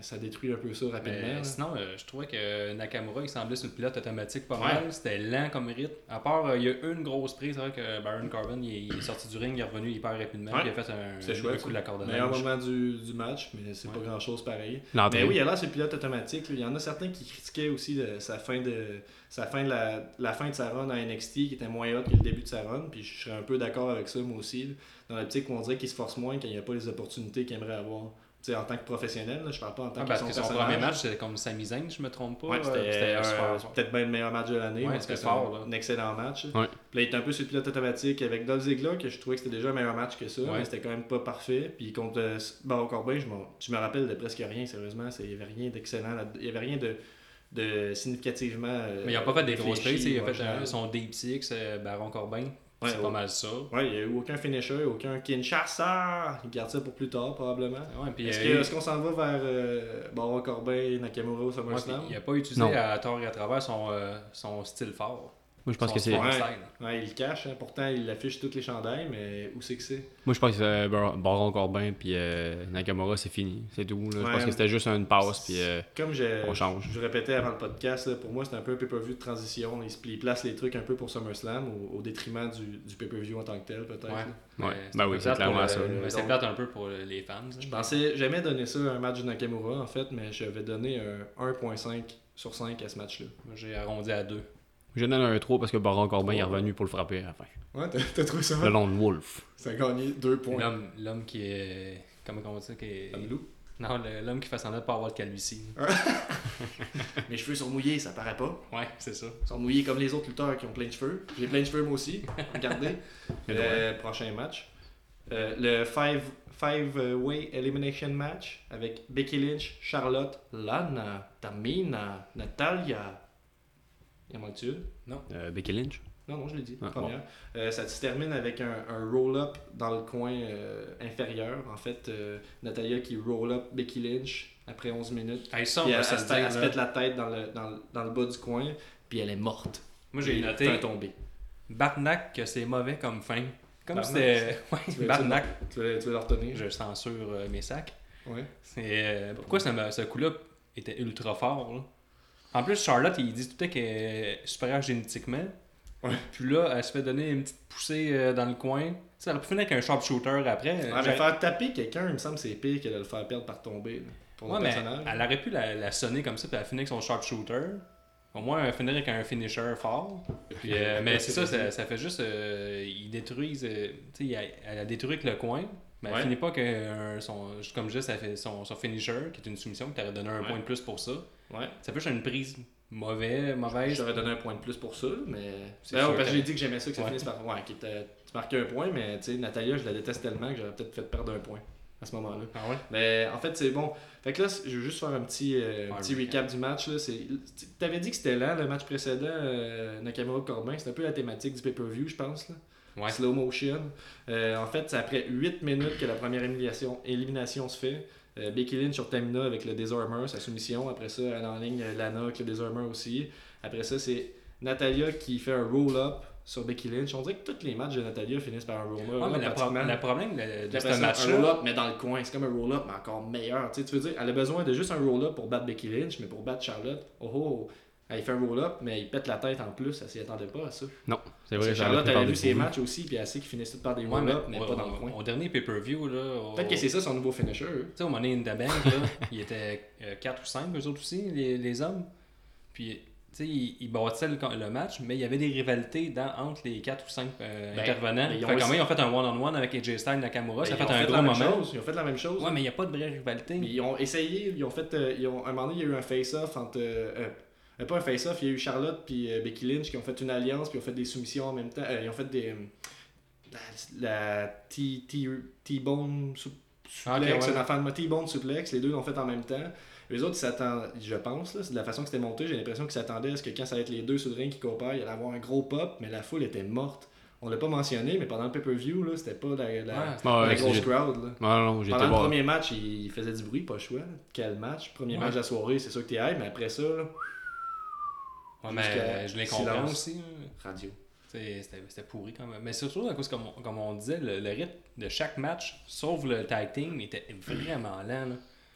Speaker 1: ça détruit un peu ça
Speaker 2: Mais
Speaker 1: rapidement. là.
Speaker 2: sinon, euh, je trouvais que Nakamura, il semblait sur le pilote automatique pas
Speaker 1: Ouais.
Speaker 2: mal. C'était lent comme rythme. À part, euh, il y a eu une grosse prise, c'est vrai que Baron Corbin, il est, il est sorti du ring, il est revenu hyper rapidement,
Speaker 1: Ouais.
Speaker 2: puis il a fait un,
Speaker 1: C'est
Speaker 2: un
Speaker 1: chouette,
Speaker 2: coup de la corde à
Speaker 1: Meilleur
Speaker 2: linge.
Speaker 1: moment du, du match, mais c'est pas
Speaker 2: Ouais.
Speaker 1: grand chose pareil.
Speaker 3: L'entrée.
Speaker 1: Mais Ben oui, alors c'est le pilote automatique. là. Il y en a certains qui critiquaient aussi le- sa fin de sa fin de la, la fin de sa run à NXT qui était moins haute que le début de sa run. Puis je serais un peu d'accord avec ça moi aussi. là. Dans l'optique où on dirait qu'il se force moins quand il n'y a pas les opportunités qu'il aimerait avoir. Tu sais, en tant que professionnel, là, je parle pas en tant
Speaker 2: Ah,
Speaker 1: que
Speaker 2: parce que son
Speaker 1: personnage.
Speaker 2: premier match, c'était comme Sami Zayn, je me trompe pas.
Speaker 1: Ouais,
Speaker 2: euh,
Speaker 1: c'était
Speaker 2: un
Speaker 1: un-
Speaker 2: super-
Speaker 1: peut-être bien le meilleur match de l'année.
Speaker 2: Ouais,
Speaker 1: parce que c'est
Speaker 2: c'était
Speaker 1: un-
Speaker 2: fort, là.
Speaker 1: Un excellent match.
Speaker 3: Ouais.
Speaker 1: Puis là, il était un peu sur le pilote automatique avec Dolph Ziggler, que je trouvais que c'était déjà un meilleur match que ça,
Speaker 2: Ouais.
Speaker 1: mais c'était quand même pas parfait. Puis contre euh, Baron Corbin, je, m'en- je me rappelle de presque rien, sérieusement. c'est- Il n'y avait rien d'excellent. là- Il n'y avait rien de, de significativement. euh,
Speaker 2: Mais il n'a pas fait des grosses
Speaker 1: réfléchi
Speaker 2: prises, il a
Speaker 1: ou
Speaker 2: fait
Speaker 1: original.
Speaker 2: euh, son Deep Six, euh, Baron Corbin.
Speaker 1: Ouais,
Speaker 2: c'est
Speaker 1: ouais.
Speaker 2: pas mal ça.
Speaker 1: Ouais, il n'y a eu aucun finisher, aucun Kinshasa. Il garde ça pour plus tard, probablement.
Speaker 2: Ouais, puis,
Speaker 1: Est-ce
Speaker 2: euh,
Speaker 1: que-
Speaker 2: il-
Speaker 1: est-ce qu'on s'en va vers euh, Baron Corbin, Nakamura au
Speaker 2: ouais, puis
Speaker 1: SummerSlam
Speaker 2: il n'a pas utilisé
Speaker 3: Non.
Speaker 2: à tort et à travers son, euh, son style fort.
Speaker 3: Moi, je pense
Speaker 2: Son
Speaker 3: que c'est.
Speaker 2: strong
Speaker 1: Ouais.
Speaker 2: style.
Speaker 1: Ouais, il le cache, hein. pourtant il affiche toutes les chandails, mais où c'est que c'est
Speaker 3: Moi, je pense que c'est euh, Bar- Baron Corbin puis euh, Nakamura, c'est fini. C'est tout. là. Je
Speaker 1: Ouais.
Speaker 3: pense que c'était juste une passe. Puis, euh,
Speaker 1: Comme je,
Speaker 3: On change.
Speaker 1: je répétais avant le podcast, là, pour moi, c'était un peu un pay-per-view de transition. Ils, se- ils placent les trucs un peu pour SummerSlam au, au détriment du, du pay-per-view en tant que tel, peut-être.
Speaker 2: Ouais.
Speaker 1: là.
Speaker 2: Mais
Speaker 3: Ouais.
Speaker 2: c'est
Speaker 3: Ben oui,
Speaker 2: plate
Speaker 3: c'est
Speaker 2: pour
Speaker 3: clairement
Speaker 2: le-
Speaker 3: ça, là.
Speaker 2: mais C'est
Speaker 1: Donc-
Speaker 2: plate un peu pour euh, les fans.
Speaker 1: Je pensais jamais donner ça à un match de Nakamura, en fait, mais je vais donner un 1.5 sur 5 à ce match-là.
Speaker 2: Moi, J'ai arrondi à deux.
Speaker 3: je donne un 3 parce que Baron Corbin il est
Speaker 1: Ouais.
Speaker 3: revenu pour le frapper à la fin.
Speaker 1: Ouais, t'as- t'as trouvé ça
Speaker 3: Le Lone Wolf.
Speaker 1: Ça a gagné 2 points.
Speaker 2: L'homme l'homme qui est. Comment on dit ça qui est...
Speaker 1: Comme loup.
Speaker 2: Non, le- l'homme qui fait semblant de pas avoir de calvitie.
Speaker 1: Mes cheveux sont mouillés, ça paraît pas.
Speaker 2: Ouais, c'est ça.
Speaker 1: Ils sont mouillés comme les autres lutteurs qui ont plein de cheveux. J'ai plein de cheveux moi aussi. Regardez.
Speaker 3: Le droit.
Speaker 1: le prochain match. Euh, le five, five euh, Way Elimination Match avec Becky Lynch, Charlotte, Lana, Tamina, Natalia. Il en manque une?
Speaker 3: Euh, Becky Lynch.
Speaker 1: Non, non, je l'ai dit.
Speaker 3: Ah,
Speaker 1: première. Euh, ça se termine avec un, un roll-up dans le coin euh, inférieur. En fait, euh, Natalia qui roll-up Becky Lynch après 11 minutes.
Speaker 2: Hey, ça, on
Speaker 1: Puis euh, elle,
Speaker 2: va
Speaker 1: elle
Speaker 2: euh, se
Speaker 1: se
Speaker 2: le
Speaker 1: fait- elle se
Speaker 2: dire, là.
Speaker 1: pète la tête dans le, dans, le- dans le bas du coin, puis elle est morte.
Speaker 2: Moi, j'ai
Speaker 1: Puis
Speaker 2: noté
Speaker 1: fait tomber.
Speaker 2: Barnac que c'est mauvais comme fin. Comme
Speaker 1: Barnac.
Speaker 2: c'était.
Speaker 1: Tu
Speaker 2: Ouais,
Speaker 1: veux-
Speaker 2: Barnac.
Speaker 1: Tu veux, tu veux la retenir?
Speaker 2: Je censure euh, mes sacs.
Speaker 1: Ouais.
Speaker 2: C'est, euh, pourquoi ça me- ce coup-là était ultra fort? là? En plus, Charlotte, ils disent tout le temps qu'elle est supérieure génétiquement.
Speaker 1: Ouais.
Speaker 2: Puis là, elle se fait donner une petite poussée euh, dans le coin. Ça aurait pu finir avec un sharpshooter après.
Speaker 1: Ah, mais
Speaker 2: J'aurais-
Speaker 1: faire taper quelqu'un, il me semble que c'est pire que de le faire perdre par tomber là, pour
Speaker 2: Ouais,
Speaker 1: le
Speaker 2: mais
Speaker 1: personnage.
Speaker 2: elle aurait pu la, la sonner comme ça, puis elle finir avec son sharpshooter. Au moins, elle finir avec un finisher fort. Puis, euh, mais c'est ça, ça, ça fait juste. euh, ils détruisent. euh, tu sais, il a- elle a détruit avec le coin, mais elle
Speaker 1: Ouais.
Speaker 2: finit pas que euh, son. Comme je dis, ça fait son, son finisher, qui est une soumission, que t'aurais donné un
Speaker 1: Ouais.
Speaker 2: point de plus pour ça.
Speaker 1: Ouais.
Speaker 2: Ça fait juste une prise mauvaise, mauvaise.
Speaker 1: J'aurais donné un point de plus pour ça, mais.
Speaker 2: C'est
Speaker 1: Ben, ouais,
Speaker 2: sûr
Speaker 1: parce que
Speaker 2: que-
Speaker 1: j'ai dit que j'aimais ça que ça
Speaker 2: Ouais.
Speaker 1: finisse par. Ouais, ok, t'as- tu marquais un point, mais tu sais, Natalia, je la déteste tellement que j'aurais peut-être fait perdre un point à ce moment-là.
Speaker 2: Ah ouais?
Speaker 1: Mais en fait, c'est bon. Fait que là, je veux juste faire un petit, euh,
Speaker 2: Ouais,
Speaker 1: petit recap du match. Là. C'est- tu- T'avais dit que c'était lent le match précédent, euh, Nakamura-Corbin. C'était un peu la thématique du pay-per-view, je pense. Là.
Speaker 2: Ouais.
Speaker 1: Slow motion. Euh, en fait, c'est après 8 minutes que la première élimination, élimination se fait. Euh, Becky Lynch sur Tamina avec le Disarmer, sa soumission. Après ça, elle enligne euh, Lana avec le Disarmer aussi. Après ça, c'est Natalia qui fait un roll-up sur Becky Lynch. On dirait que tous les matchs de Natalia finissent par un roll-up.
Speaker 2: Ouais, mais
Speaker 1: là,
Speaker 2: le pro-
Speaker 1: pratiquement.
Speaker 2: le problème de, de
Speaker 1: Puis
Speaker 2: ce
Speaker 1: après ça, un
Speaker 2: match-là.
Speaker 1: roll-up, mais dans le coin. C'est comme un roll-up, mais encore meilleur. Tu, sais, tu veux dire, elle a besoin de juste un roll-up pour battre Becky Lynch, mais pour battre Charlotte, oh oh, elle fait un roll-up, mais il pète la tête en plus. Elle s'y attendait pas à ça.
Speaker 3: Non, c'est
Speaker 1: Parce
Speaker 3: vrai.
Speaker 1: que
Speaker 3: j'en ai
Speaker 1: Charlotte,
Speaker 3: pris
Speaker 1: elle
Speaker 3: par
Speaker 1: a vu
Speaker 3: des
Speaker 1: ses
Speaker 3: bouts.
Speaker 1: matchs aussi, puis elle sait qu'ils finissent tous par des
Speaker 2: Ouais,
Speaker 1: roll-up, mais,
Speaker 2: au-
Speaker 1: pas dans le
Speaker 2: au-
Speaker 1: coin.
Speaker 2: Au dernier pay-per-view, là. au-
Speaker 1: Peut-être que c'est ça son nouveau finisher. eux.
Speaker 2: Tu sais, au Money in the Bank, là, il était 4 ou 5, eux autres aussi, les, les hommes. Puis, tu sais, ils, ils bâtissaient le, le match, mais il y avait des rivalités dans, entre les 4 ou 5
Speaker 1: Ben,
Speaker 2: intervenants.
Speaker 1: ben, ils ont
Speaker 2: fait quand
Speaker 1: aussi- Ben,
Speaker 2: même, ils ont fait un one-on-one avec AJ Styles Nakamura. ça a
Speaker 1: Ils ont
Speaker 2: fait un
Speaker 1: la
Speaker 2: gros
Speaker 1: même
Speaker 2: moment.
Speaker 1: chose, Ils ont fait la même chose.
Speaker 2: Ouais, mais il n'y a pas de vraie rivalité.
Speaker 1: Mais Ils ont essayé, ils ont fait. euh, ils ont, un moment donné, il y a eu un face-off entre. euh, euh, euh, pas un face-off, il y a eu Charlotte puis euh, Becky Lynch qui ont fait une alliance, puis ils ont fait des soumissions en même temps. Euh, ils ont fait des. euh, la T- T- T-Bone sou-
Speaker 2: Ah, ok,
Speaker 1: suplex,
Speaker 2: ouais.
Speaker 1: une affaire de T-Bone suplex, les deux l'ont fait en même temps. Les autres, ils s'attendent, je pense, là, c'est de la façon que c'était monté, j'ai l'impression qu'ils s'attendaient à ce que quand ça allait être les deux sur le ring qui coopèrent, il allait avoir un gros pop, mais la foule était morte. on l'a pas mentionné, mais pendant le pay-per-view, là, c'était pas la, la,
Speaker 2: Ouais.
Speaker 1: la
Speaker 3: Ah, ouais,
Speaker 1: grosse
Speaker 3: j'ai-
Speaker 1: crowd. Là.
Speaker 3: Non, non, non, j'ai été
Speaker 1: Pendant le
Speaker 3: voir.
Speaker 1: premier match, il, il faisait du bruit, pas le choix. là. Quel match Premier
Speaker 2: Ouais.
Speaker 1: match de la soirée, c'est sûr que t'es hype, mais après ça, là,
Speaker 2: Ouais,
Speaker 1: Jusqu'à
Speaker 2: mais je l'ai compris
Speaker 1: silence.
Speaker 2: aussi. hein.
Speaker 1: radio.
Speaker 2: T'sais, C'était c'était pourri quand même. Mais surtout à cause, comme on, comme on disait, le, le rythme de chaque match, sauf le tag team, était vraiment lent. là.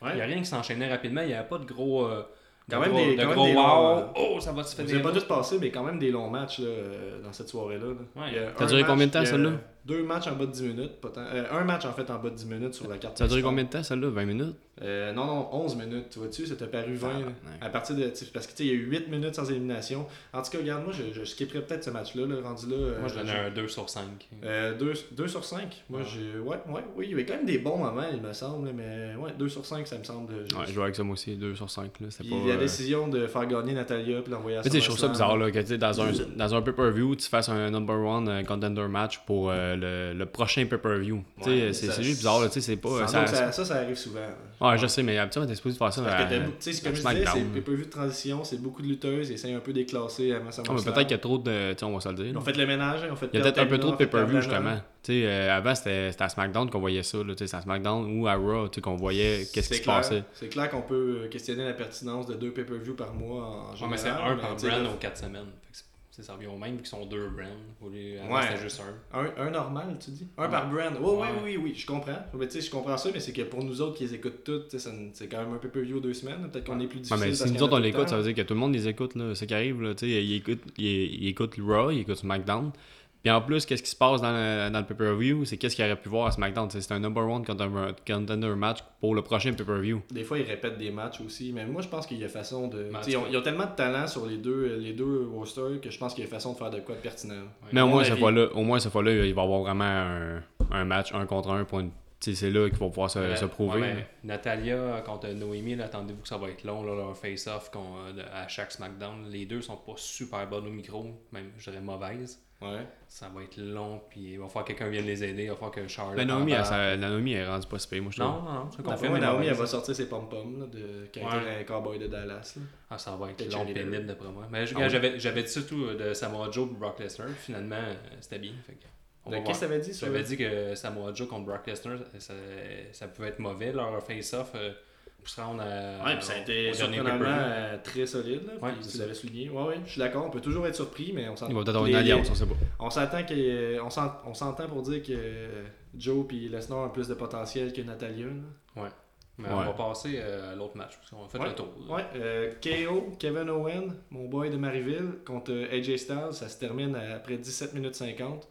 Speaker 2: Il n'y
Speaker 1: Ouais.
Speaker 2: a rien qui s'enchaînait rapidement. Il n'y avait pas de gros. euh, de
Speaker 1: Quand même
Speaker 2: gros-
Speaker 1: des-
Speaker 2: de
Speaker 1: quand même
Speaker 2: gros
Speaker 1: des
Speaker 2: wow.
Speaker 1: longs,
Speaker 2: Oh, ça va se
Speaker 1: Vous
Speaker 2: faire
Speaker 1: avez
Speaker 2: des
Speaker 1: pas tous passé, mais quand même des longs matchs là, euh, dans cette soirée-là. là.
Speaker 2: Ouais.
Speaker 1: Il y a
Speaker 3: Ça a
Speaker 1: un
Speaker 3: duré combien de temps,
Speaker 1: il y a
Speaker 3: celle-là?
Speaker 1: Deux matchs en bas de 10 minutes. pas tant- euh, un match en fait en bas de 10 minutes sur la carte.
Speaker 3: Ça a duré
Speaker 1: principale.
Speaker 3: combien de temps, celle-là 20 minutes
Speaker 1: Euh, non, non, 11 minutes, tu vois-tu, ça t'a paru 20. là.
Speaker 3: Ah, ouais.
Speaker 1: à partir de. tu sais, Parce que tu sais, il y a eu 8 minutes sans élimination. En tout cas, regarde, moi, je, je skipperais peut-être ce match-là, là, rendu là. euh,
Speaker 2: Moi, je donnais un 2 sur 5.
Speaker 1: euh, 2, sur 5. Moi,
Speaker 2: Ouais.
Speaker 1: j'ai. Ouais, ouais, oui, il y avait quand même des bons moments, il me semble, mais ouais, 2 sur 5, ça me semble. juste.
Speaker 3: Ouais, je vois avec ça, moi aussi, 2 sur 5. Là, c'est
Speaker 1: Puis
Speaker 3: pas.
Speaker 1: la
Speaker 3: euh,
Speaker 1: décision de faire gagner Natalia puis l'envoyer à
Speaker 3: Mais tu sais, je trouve ça
Speaker 1: SummerSlam.
Speaker 3: bizarre là, que tu sais, dans un, dans un pay-per-view, tu fasses un number one euh, contender match pour euh, le, le prochain pay-per-view. Tu sais,
Speaker 1: Ouais,
Speaker 3: c'est
Speaker 1: ça-
Speaker 3: c'est juste bizarre, là, tu sais, c'est
Speaker 1: Sans
Speaker 3: pas.
Speaker 1: doute,
Speaker 3: ça-
Speaker 1: ça, ça, ça arrive souvent. hein.
Speaker 3: Ouais, je sais, mais habituellement, t'es supposé faire ça. Ah,
Speaker 1: Parce que
Speaker 3: à-
Speaker 1: t'as beaucoup- tu sais, comme je disais,
Speaker 3: SmackDown.
Speaker 1: c'est le pay-per-view de transition, c'est beaucoup de lutteuses, ils essayent un peu d'éclasser avant
Speaker 3: Ah, mais
Speaker 1: SummerSlam.
Speaker 3: peut-être qu'il y a trop de. Tu sais, on va se le dire.
Speaker 1: Ils
Speaker 3: là.
Speaker 1: ont fait le ménage, hein, ils ont fait
Speaker 3: Il y a
Speaker 1: perdre
Speaker 3: peut-être un
Speaker 1: Tamina,
Speaker 3: peu trop de
Speaker 1: ils ont fait perdre
Speaker 3: pay-per-view,
Speaker 1: Lana.
Speaker 3: justement. Tu sais, euh, avant, c'était c'était à SmackDown qu'on voyait ça. là, tu sais, C'est à SmackDown ou à Raw tu sais, qu'on voyait qu'est-ce
Speaker 1: C'est
Speaker 3: qui se
Speaker 1: clair.
Speaker 3: passait.
Speaker 1: C'est clair qu'on peut euh, questionner la pertinence de deux pay-per-views par mois en général.
Speaker 2: Ouais, mais c'est un
Speaker 1: mais
Speaker 2: par
Speaker 1: tu sais,
Speaker 2: brand
Speaker 1: là,
Speaker 2: aux 4 semaines. Fait que c'est- c'est- ça revient au même, vu qu'ils sont deux brands. Au lieu,
Speaker 1: Ouais.
Speaker 2: avant, c'était juste un.
Speaker 1: Un, un normal, tu dis Un
Speaker 2: Ouais.
Speaker 1: par brand. Ouais, ouais,
Speaker 2: Ouais.
Speaker 1: oui, oui, je comprends. Mais tu sais, je comprends ça, mais c'est que pour nous autres qui les écoutent toutes, tu sais, ça nous- c'est quand même un pay-per-view aux deux semaines. Peut-être qu'on est plus
Speaker 3: Ouais,
Speaker 1: difficile.
Speaker 3: mais si
Speaker 1: parce
Speaker 3: nous
Speaker 1: qu'il y en a
Speaker 3: autres on
Speaker 1: tout le
Speaker 3: l'écoute,
Speaker 1: temps.
Speaker 3: ça veut dire que tout le monde les écoute. là. C'est ce qui arrive. Là, tu sais, ils, écoutent, ils, ils écoutent Raw, ils écoutent SmackDown. Puis en plus, qu'est-ce qui se passe dans le, dans le pay-per-view C'est qu'est-ce qu'ils auraient pu voir à SmackDown. Tu sais, C'est un number one contender, contender match pour le prochain pay-per-view.
Speaker 1: Des fois, ils répètent des matchs aussi. Mais moi, je pense qu'il y a façon de.
Speaker 2: Ben,
Speaker 1: tu sais, ils, ont,
Speaker 2: tu-
Speaker 1: ils ont tellement de talent sur les deux, les deux rosters que je pense qu'il y a façon de faire de quoi de pertinent.
Speaker 2: Ouais.
Speaker 3: Mais au
Speaker 1: Mon
Speaker 3: moins,
Speaker 1: avis.
Speaker 3: cette fois-là, au moins cette fois-là, il va y avoir vraiment un, un match un contre un pour une. tu sais, C'est là qu'ils vont pouvoir se,
Speaker 2: Ouais,
Speaker 3: se prouver.
Speaker 2: ouais,
Speaker 3: là.
Speaker 2: mais Natalia contre Noémie, là, attendez-vous que ça va être long, là, leur face-off qu'on- euh, de- à chaque SmackDown. Les deux sont pas super bonnes au micro, même, je dirais, mauvaises.
Speaker 1: Ouais.
Speaker 2: Ça va être long, puis il va falloir que quelqu'un vienne les aider, il va falloir que Charles.
Speaker 3: La
Speaker 1: Ben,
Speaker 3: Naomi, elle,
Speaker 2: embarque.
Speaker 3: ça- la Naomi, elle est rendue pas si pire, moi je trouve.
Speaker 2: Non, non, non, je
Speaker 1: D'après
Speaker 2: confirme.
Speaker 1: moi,
Speaker 2: elle est
Speaker 1: Ben, Naomi, elle
Speaker 2: mauvaise.
Speaker 1: va sortir ses pom-poms là, de... quand
Speaker 2: Ouais.
Speaker 1: elle était un cowboy de Dallas. là.
Speaker 2: Ah, ça va être
Speaker 1: Peut-être
Speaker 2: long,
Speaker 1: cheerleader.
Speaker 2: pénible d'après moi. Mais je-
Speaker 3: Ah oui.
Speaker 2: j'avais j'avais dit surtout euh, de Samoa Joe et Brock Lesnar. Finalement, euh, c'était bien. Fait que on va
Speaker 1: De
Speaker 2: voir.
Speaker 1: Ben, qu'est-ce que t'avais dit sur
Speaker 2: J'avais dit que Samoa Joe contre Brock Lesnar, ça, ça pouvait être mauvais, leur face-off, euh, pour se rendre à.
Speaker 1: Ouais, puis ça a été
Speaker 2: au dernier
Speaker 1: surprenamment
Speaker 2: pay-per-view.
Speaker 1: euh, très solide. Là,
Speaker 2: Ouais,
Speaker 1: puis
Speaker 2: c'est
Speaker 1: tu
Speaker 2: ça.
Speaker 1: l'avais souligné. Ouais, ouais, je suis d'accord. On peut toujours être surpris, mais on s'entend.
Speaker 3: Il va peut-être avoir
Speaker 1: les-
Speaker 3: une alliance, on sait pas.
Speaker 1: On s'entend que- on s'en- on s'entend pour dire que Joe puis Lesnar ont plus de potentiel que Natalia. là.
Speaker 2: Mais
Speaker 3: Ouais.
Speaker 2: on va passer euh, à l'autre match, parce qu'on a fait
Speaker 1: Ouais.
Speaker 2: le tour. là.
Speaker 1: Ouais, euh, KO, Kevin Owen, mon boy de Maryville, contre AJ Styles, ça se termine à- après 17 minutes 50.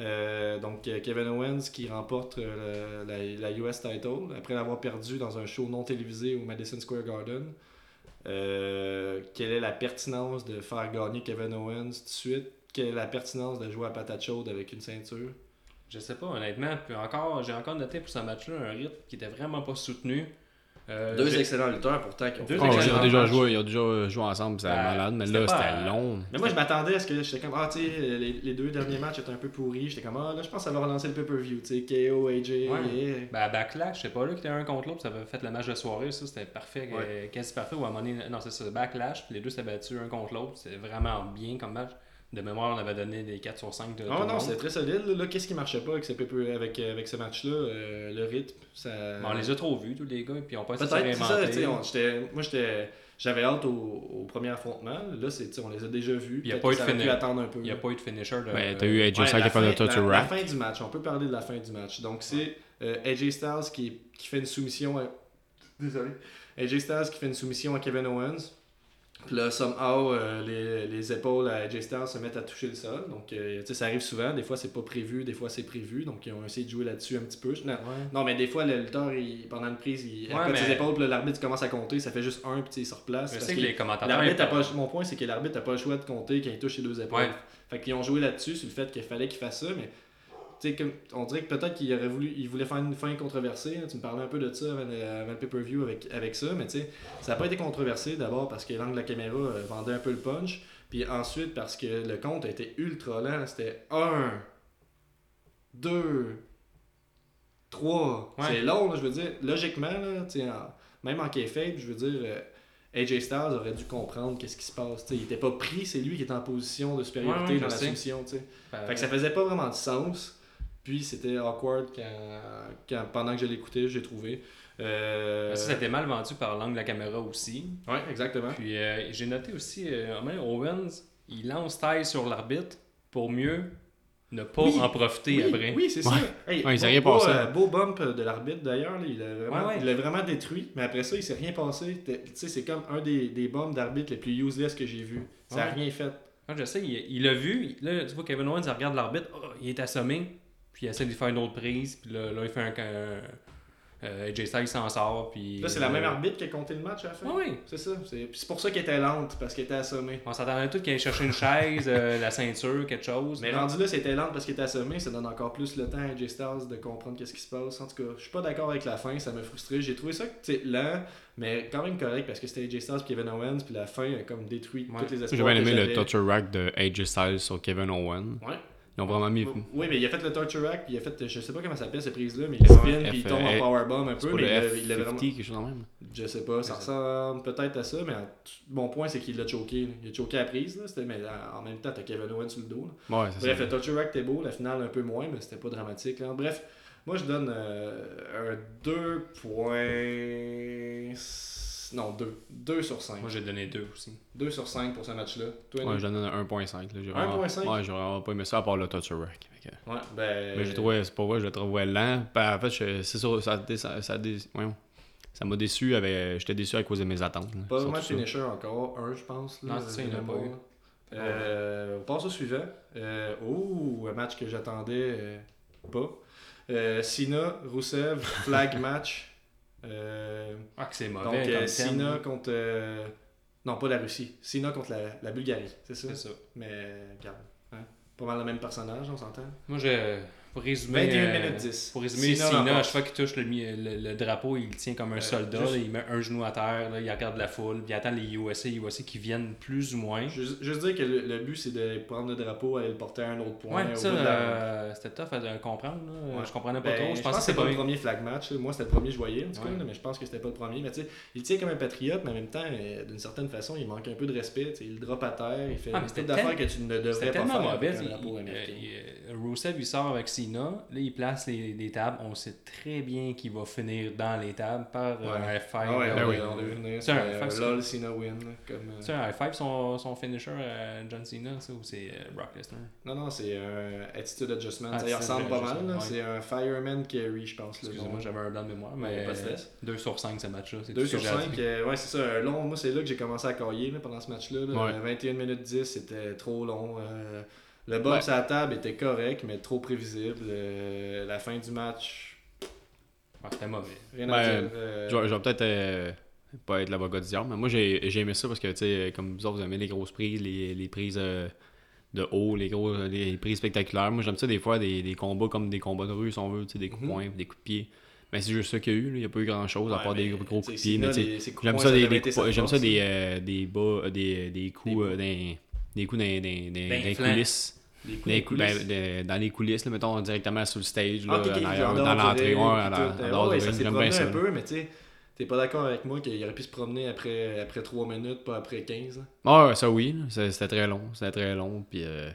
Speaker 1: Euh, donc euh, Kevin Owens qui remporte euh, le- la, la US title après l'avoir perdu dans un show non télévisé au Madison Square Garden. Euh, quelle est la pertinence de faire gagner Kevin Owens tout de suite? Quelle est la pertinence de jouer à patate chaude avec une ceinture?
Speaker 2: Je sais pas, honnêtement. Puis encore, j'ai encore noté pour ce match-là un rythme qui était vraiment pas soutenu. Euh, j'ai-
Speaker 1: excellents lutteurs pourtant qui
Speaker 2: ont Deux fait
Speaker 3: Oh,
Speaker 2: excellents
Speaker 3: ils, ont
Speaker 2: matchs.
Speaker 3: déjà joué, ils ont déjà joué ensemble, c'était
Speaker 1: Bah,
Speaker 2: Ben,
Speaker 3: malade, mais
Speaker 2: c'était
Speaker 3: là,
Speaker 2: pas-
Speaker 1: euh,
Speaker 3: c'était long.
Speaker 1: Mais moi, je m'attendais à ce que j'étais comme, ah, tu sais, les, les deux derniers matchs étaient un peu pourris. J'étais comme, ah, là, je pense que ça va relancer le pay-per-view, tu sais, KO, AJ.
Speaker 2: Ouais.
Speaker 1: et-
Speaker 2: Ben, à Backlash, je sais pas, là, qui était un contre l'autre, ça avait fait le match de soirée, ça, c'était parfait, euh, quasi parfait. Ou à un moment donné, non, c'est ça, Backlash, puis les deux s'étaient battus un contre l'autre, c'était vraiment bien comme match. De mémoire, on avait donné des 4 sur 5 de tout
Speaker 1: Oh
Speaker 2: le
Speaker 1: non,
Speaker 2: monde.
Speaker 1: c'est très solide. Là, qu'est-ce qui marchait pas avec ce, pay-per- avec, avec ce match-là Euh, Le rythme, ça.
Speaker 2: Mais on les a trop vus, tous les gars, puis on pas
Speaker 1: Peut-être, c'est ça, tu sais, on- j'étais- moi, j'étais. J'avais hâte au, au premier affrontement. Là, c'est, tu sais, on les a déjà vus.
Speaker 2: Il y a
Speaker 1: Peut-être
Speaker 2: pas eu
Speaker 1: que
Speaker 2: de
Speaker 1: ça aurait pu
Speaker 2: finish.
Speaker 1: attendre un peu.
Speaker 2: Il n'y a pas eu de finisher. De,
Speaker 3: Ben, t'as
Speaker 1: euh,
Speaker 3: eu AJ
Speaker 1: Ouais,
Speaker 3: Styles qui
Speaker 1: la
Speaker 3: a fait le
Speaker 1: fin-
Speaker 3: touch
Speaker 1: la- la
Speaker 3: rack.
Speaker 1: fin du match, on peut parler de la fin du match. Donc, c'est euh, AJ Styles qui, qui fait une soumission. à- Désolé. AJ Styles qui fait une soumission à Kevin Owens. Puis là, somehow, euh, les, les épaules à AJ Styles se mettent à toucher le sol. Donc, euh, tu sais, ça arrive souvent. Des fois, c'est pas prévu, des fois, c'est prévu. Donc, ils ont essayé de jouer là-dessus un petit peu. Non,
Speaker 2: Ouais.
Speaker 1: non, mais des fois, le lutteur, il- pendant une prise, il
Speaker 2: Ouais,
Speaker 1: accote
Speaker 2: mais-
Speaker 1: ses épaules, puis là, l'arbitre commence à compter. Ça fait juste un, puis tu sais, il se replace.
Speaker 2: Je
Speaker 1: parce
Speaker 2: sais que
Speaker 1: qu'il-
Speaker 2: les commentateurs.
Speaker 1: L'arbitre a
Speaker 2: ils-
Speaker 1: pas, mon point, c'est que l'arbitre n'a pas le choix de compter quand il touche les deux épaules.
Speaker 2: Ouais.
Speaker 1: Fait qu'ils ont joué là-dessus, sur le fait qu'il fallait qu'il fasse ça, mais tu sais, comme- on dirait que peut-être qu'il aurait voulu, il voulait faire une fin controversée. hein. Tu me parlais un peu de ça avant le, avant le pay-per-view avec, avec ça, mais tu sais, ça n'a pas été controversé d'abord parce que l'angle de la caméra euh, vendait un peu le punch, puis ensuite parce que le compte a été ultra lent. C'était 1, 2, 3.
Speaker 2: Ouais.
Speaker 1: C'est long, là, je veux dire. Logiquement, là, tu sais, en- même en kayfabe, je veux dire, euh, AJ Styles aurait dû comprendre qu'est-ce qui se passe. tu sais. il était pas pris, c'est lui qui était en position de supériorité
Speaker 2: Ouais, ouais,
Speaker 1: dans
Speaker 2: je
Speaker 1: la
Speaker 2: sais.
Speaker 1: soumission. tu sais.
Speaker 2: Ben,
Speaker 1: Fait que ça faisait pas vraiment de sens. Puis c'était awkward quand, quand- pendant que je l'écoutais, j'ai trouvé. Euh,
Speaker 2: ça, Ah, ça a été mal vendu par l'angle de la caméra aussi.
Speaker 1: Ouais, exactement.
Speaker 2: Puis euh, j'ai noté aussi, euh, même Owens, il lance taille sur l'arbitre pour mieux ne pas
Speaker 1: Oui.
Speaker 2: en profiter
Speaker 1: Oui,
Speaker 2: après.
Speaker 1: oui, c'est ça. Hey,
Speaker 3: Ouais, il s'est
Speaker 1: beau-
Speaker 3: rien
Speaker 1: beau,
Speaker 3: passé.
Speaker 1: euh, beau bump de l'arbitre d'ailleurs, là, il l'a vraiment,
Speaker 2: Ouais, ouais.
Speaker 1: il l'a vraiment détruit, mais après ça, il s'est rien passé. T'es- Tu sais, c'est comme un des, des bumps d'arbitre les plus useless que j'ai vu. Ça a
Speaker 2: Ouais.
Speaker 1: rien fait.
Speaker 2: Ah, je sais, il il l'a vu. Là, tu vois, Kevin Owens, il regarde l'arbitre. Ah, il est assommé. Puis il essaie de lui faire une autre prise. Puis là, là, il fait un. un- euh, AJ Styles s'en sort. Puis, euh,
Speaker 1: Là, c'est la même
Speaker 3: euh,
Speaker 1: arbitre qui a compté le match à la fin.
Speaker 2: Oui, oui.
Speaker 1: C'est ça. C'est puis c'est pour ça qu'elle était lente, parce qu'elle était assommée.
Speaker 2: On s'attendait tous qu'il allait chercher une chaise, euh, la ceinture, quelque chose.
Speaker 1: Mais
Speaker 2: Non.
Speaker 1: rendu là, c'était lente parce qu'il était assommé, ça donne encore plus le temps à AJ Styles de comprendre qu'est-ce qui se passe. En tout cas, je suis pas d'accord avec la fin, ça m'a frustré. J'ai trouvé ça tu sais, lent, mais quand même correct parce que c'était AJ Styles, Kevin Owens, puis la fin a comme détruit
Speaker 2: Ouais.
Speaker 1: toutes les
Speaker 3: J'ai
Speaker 1: espoirs.
Speaker 3: bien aimé
Speaker 1: que
Speaker 3: le
Speaker 1: j'avais.
Speaker 3: torture rack de AJ Styles sur Kevin Owen.
Speaker 1: Ouais.
Speaker 3: Ils ont vraiment mis.
Speaker 1: Oui, mais il a fait le torture rack, puis il a fait, je sais pas comment ça s'appelle cette prise-là, mais il spin, puis il tombe en
Speaker 3: F-
Speaker 1: powerbomb un
Speaker 3: C'est
Speaker 1: peu,
Speaker 3: pas
Speaker 1: mais
Speaker 3: le
Speaker 1: il l'a- il l'a
Speaker 3: F50,
Speaker 1: vraiment...
Speaker 3: quelque chose de même.
Speaker 1: Je sais pas, ça
Speaker 2: C'est
Speaker 1: ressemble peut-être à ça, mais en- mon point c'est qu'il l'a choqué. là. Il a choqué la prise, là, c'était- mais en en même temps, t'as Kevin Owens sur le dos. là.
Speaker 3: Ouais, c'est
Speaker 1: Bref,
Speaker 3: ça.
Speaker 1: le Torture Rack était beau, la finale un peu moins, mais c'était pas dramatique. là. Bref, moi je donne euh, un 2.... Non, 2. 2 sur 5.
Speaker 2: Moi, j'ai donné deux aussi.
Speaker 1: 2 sur 5 pour ce match-là. Toi,
Speaker 3: Ouais,
Speaker 1: Nick?
Speaker 3: je donne un 1.5. là. J'ai
Speaker 1: 1.5?
Speaker 3: vraiment- Ouais, j'ai vraiment pas aimé ça à part le torture rack. Fait que-
Speaker 1: Ouais, ben...
Speaker 3: Mais je trouvais, c'est pas vrai, je le trouvais lent. Ben, en fait, je- c'est sûr, ça, dé- ça, ça dé- voyons. Ça m'a déçu, avec- j'étais déçu à cause de mes attentes. là,
Speaker 1: Pas
Speaker 3: surtout
Speaker 1: vraiment de
Speaker 3: ça.
Speaker 1: finisher encore, un je pense. Là,
Speaker 2: Non, c'est ça, il y en a
Speaker 1: de
Speaker 2: pas
Speaker 1: mémoire. Euh, on passe au suivant. Euh, oh, un match que j'attendais euh, pas. Euh, Sina, Roussev, flag match. Euh,
Speaker 2: Ah, que c'est mauvais.
Speaker 1: donc,
Speaker 2: comme
Speaker 1: euh,
Speaker 2: thème.
Speaker 1: Sina contre. euh, non, pas la Russie. Sina contre la, la Bulgarie, c'est ça?
Speaker 2: C'est ça.
Speaker 1: Mais, euh, regarde, hein, pas mal le même personnage, on s'entend.
Speaker 2: Moi, je. Pour résumer.
Speaker 1: 21
Speaker 2: euh,
Speaker 1: minutes 10.
Speaker 2: Pour résumer,
Speaker 1: Cena
Speaker 2: Cena, à
Speaker 1: l'emporte.
Speaker 2: chaque fois qu'il touche le, mi- le- le drapeau, il le tient comme un
Speaker 1: Euh,
Speaker 2: soldat.
Speaker 1: juste-
Speaker 2: là, il met un genou à terre, là, il regarde la foule, puis il attend les USA, USA qui viennent plus ou moins.
Speaker 1: Juste, juste dire que le, le but, c'est de prendre le drapeau, aller le porter à un autre point.
Speaker 2: ouais,
Speaker 1: au
Speaker 2: ça,
Speaker 1: bout de la-
Speaker 2: euh, c'était tough à à comprendre. là.
Speaker 1: Ouais.
Speaker 2: Je comprenais pas
Speaker 1: Ben,
Speaker 2: trop. Je, pensais que
Speaker 1: c'est
Speaker 2: c'était
Speaker 1: pas
Speaker 2: pas
Speaker 1: le
Speaker 2: bien.
Speaker 1: premier flag match. là. Moi, c'était le premier que je voyais, en tout cas,
Speaker 2: Ouais.
Speaker 1: là, mais je pense que c'était pas le premier. Mais tu sais, il tient comme un patriote, mais en même temps, euh, d'une certaine façon, il manque un peu de respect. tu sais, Il drop à terre, il fait
Speaker 2: Ah, mais
Speaker 1: une
Speaker 2: c'était
Speaker 1: toute d'affaires que
Speaker 2: tel-
Speaker 1: tu ne devrais
Speaker 2: C'était
Speaker 1: pas faire
Speaker 2: tellement mauvais.
Speaker 1: avec un
Speaker 2: il-
Speaker 1: drapeau
Speaker 2: il-
Speaker 1: américain.
Speaker 2: il- Rusev, il sort avec Cena. Là, il place les, les tables. On sait très bien qu'il va finir dans les tables par euh,
Speaker 1: Ouais.
Speaker 2: un F5.
Speaker 1: Ah ouais,
Speaker 2: là,
Speaker 1: on
Speaker 2: ou-
Speaker 1: l'a- on l'a vu venir.
Speaker 2: C'est un
Speaker 1: c'était,
Speaker 2: fact,
Speaker 1: euh,
Speaker 2: ça.
Speaker 1: LOL Cena win. là, Comme, euh,
Speaker 2: C'est un high five son, son finisher à John Cena, ça, ou c'est euh, Brock Lesnar
Speaker 1: Non, non, c'est un Attitude Adjustment. Ça y
Speaker 2: Attitude
Speaker 1: ressemble pas mal.
Speaker 2: Adjustment,
Speaker 1: là.
Speaker 2: ouais.
Speaker 1: C'est un Fireman Carry, je pense. le nom.
Speaker 2: Excusez-moi, j'avais un blanc de mémoire,
Speaker 1: Ouais,
Speaker 2: mais
Speaker 1: pas de stress.
Speaker 2: 2 sur 5 ce match-là. c'est
Speaker 1: 2
Speaker 2: tout
Speaker 1: sur
Speaker 2: ce que j'ai à
Speaker 1: 5,
Speaker 2: dire.
Speaker 1: ouais, c'est ça. un long, moi, c'est là que j'ai commencé à cailler là, pendant ce match-là. là.
Speaker 3: Ouais.
Speaker 1: Euh, 21 minutes 10, c'était trop long. euh, le bump
Speaker 3: Ouais.
Speaker 1: sur la table était correct, mais trop prévisible. euh, la fin du match,
Speaker 2: Ah, C'était mauvais.
Speaker 1: rien à
Speaker 3: Ben,
Speaker 1: dire. euh,
Speaker 3: Je vais, je vais peut-être euh, pas être l'avocat du diable, mais moi j'ai j'ai aimé ça parce que, tu sais, comme vous autres, vous aimez les grosses prises, les, les prises euh, de haut, les, gros, les prises spectaculaires. Moi j'aime ça des fois, des, des combats comme des combats de rue, si on veut, tu sais, des coups de
Speaker 1: Mhm.
Speaker 3: poing, des coups de pied. Mais c'est juste ça qu'il y a eu, là. il n'y a pas eu grand chose à
Speaker 1: ouais,
Speaker 3: part des
Speaker 1: mais,
Speaker 3: gros coups
Speaker 1: tu
Speaker 3: de
Speaker 1: sais,
Speaker 3: pied.
Speaker 1: Cena,
Speaker 3: mais tu sais,
Speaker 1: les- ses coups de
Speaker 3: J'aime
Speaker 1: poing,
Speaker 3: ça, des,
Speaker 1: devait
Speaker 3: des
Speaker 1: être
Speaker 3: coups-
Speaker 1: sa
Speaker 3: j'aime ça
Speaker 1: force,
Speaker 3: des,
Speaker 1: là.
Speaker 3: euh, des bas, euh, des, des coups
Speaker 1: Des-
Speaker 3: euh, dans, des coups dans, dans, dans,
Speaker 2: Dans
Speaker 3: dans les
Speaker 2: flanc.
Speaker 3: coulisses.
Speaker 1: Les coups
Speaker 3: Dans les,
Speaker 1: de
Speaker 3: cou-
Speaker 1: coulisses.
Speaker 3: ben, de- dans les coulisses, là, mettons directement sur le stage,
Speaker 1: Ah,
Speaker 3: là,
Speaker 1: ok, ok,
Speaker 3: en
Speaker 1: j'ai
Speaker 3: arrière,
Speaker 1: hâte
Speaker 3: dans
Speaker 1: d'avoir
Speaker 3: l'entrée.
Speaker 1: Jurel,
Speaker 3: ouais,
Speaker 1: puis
Speaker 3: à la-
Speaker 1: tout.
Speaker 3: à
Speaker 1: Euh,
Speaker 3: l'heure
Speaker 1: ouais,
Speaker 3: de
Speaker 1: ça s'est
Speaker 3: Jurel,
Speaker 1: promené
Speaker 3: ben, ça,
Speaker 1: un
Speaker 3: là.
Speaker 1: peu, mais tu sais, t'es pas d'accord avec moi qu'il aurait pu se promener après, après 3 minutes, pas après hein. 15. là.
Speaker 3: Ah, ouais, ça oui, là. C'est- c'était très long, c'était très long, puis euh,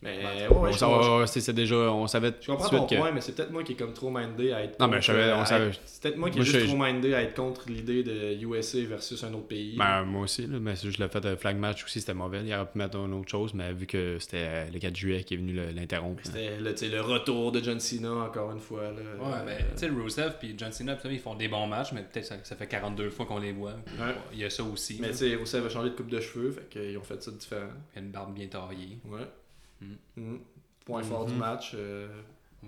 Speaker 1: Mais
Speaker 2: Ouais,
Speaker 1: ouais, ouais,
Speaker 3: on,
Speaker 1: je,
Speaker 3: savait-
Speaker 1: comprends-
Speaker 3: ouais, c'est- c'est déjà, on savait
Speaker 1: je
Speaker 3: tout de
Speaker 1: comprends
Speaker 3: suite
Speaker 1: ton
Speaker 3: que...
Speaker 1: point, mais c'est peut-être moi qui est comme trop mindé à être.
Speaker 3: Non, mais je savais, on
Speaker 1: à
Speaker 3: savait...
Speaker 1: C'est peut-être moi qui ai
Speaker 3: Moi,
Speaker 1: juste
Speaker 3: je-
Speaker 1: trop mindé à être contre l'idée de USA versus un autre pays.
Speaker 3: Ben, moi aussi, là, mais c'est juste le fait de flag match aussi, c'était mauvais. Il aurait pu mettre une autre chose, mais vu que c'était euh, le 4 juillet qui est venu le- l'interrompre. hein.
Speaker 1: C'était le, tu sais, le retour de John Cena, encore une fois. Là. Euh,
Speaker 2: Ouais, ben, tu sais, Rusev puis John Cena, pis ça, ils font des bons matchs, mais peut-être ça, ça fait 42 fois qu'on les voit. Puis,
Speaker 1: Ouais.
Speaker 2: Il y a ça aussi.
Speaker 1: Mais
Speaker 2: là.
Speaker 1: tu sais, Rusev a changé de coupe de cheveux, fait qu'ils ont fait ça différent.
Speaker 2: Il y a une barbe bien taillée.
Speaker 1: Ouais.
Speaker 2: Mm.
Speaker 1: Mm.
Speaker 3: Mm-hmm.
Speaker 1: Point fort du match. euh,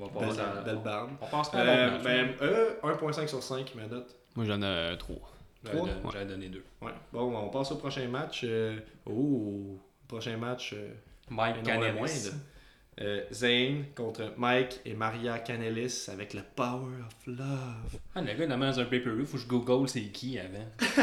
Speaker 2: On va
Speaker 1: belle,
Speaker 2: passer à-
Speaker 1: belle barbe.
Speaker 2: On passe pas à
Speaker 1: Euh,
Speaker 2: l'autre match,
Speaker 1: ben,
Speaker 2: là.
Speaker 1: euh, 1.5 sur 5, ma note.
Speaker 3: Moi, j'en ai euh, trois.
Speaker 2: J'avais
Speaker 1: trois,
Speaker 2: don-
Speaker 3: ouais.
Speaker 2: J'avais donné deux.
Speaker 1: Ouais. Bon, on passe au prochain match. euh, Oh, prochain match. euh,
Speaker 2: Mike
Speaker 1: Mais non, le
Speaker 2: Canellis.
Speaker 1: moindre. Euh, Zayn contre Mike et Maria Canelis avec le Power of Love.
Speaker 2: Ah, le gars, il a mis dans un pay-per-view, faut que je google c'est qui avant.
Speaker 1: Euh,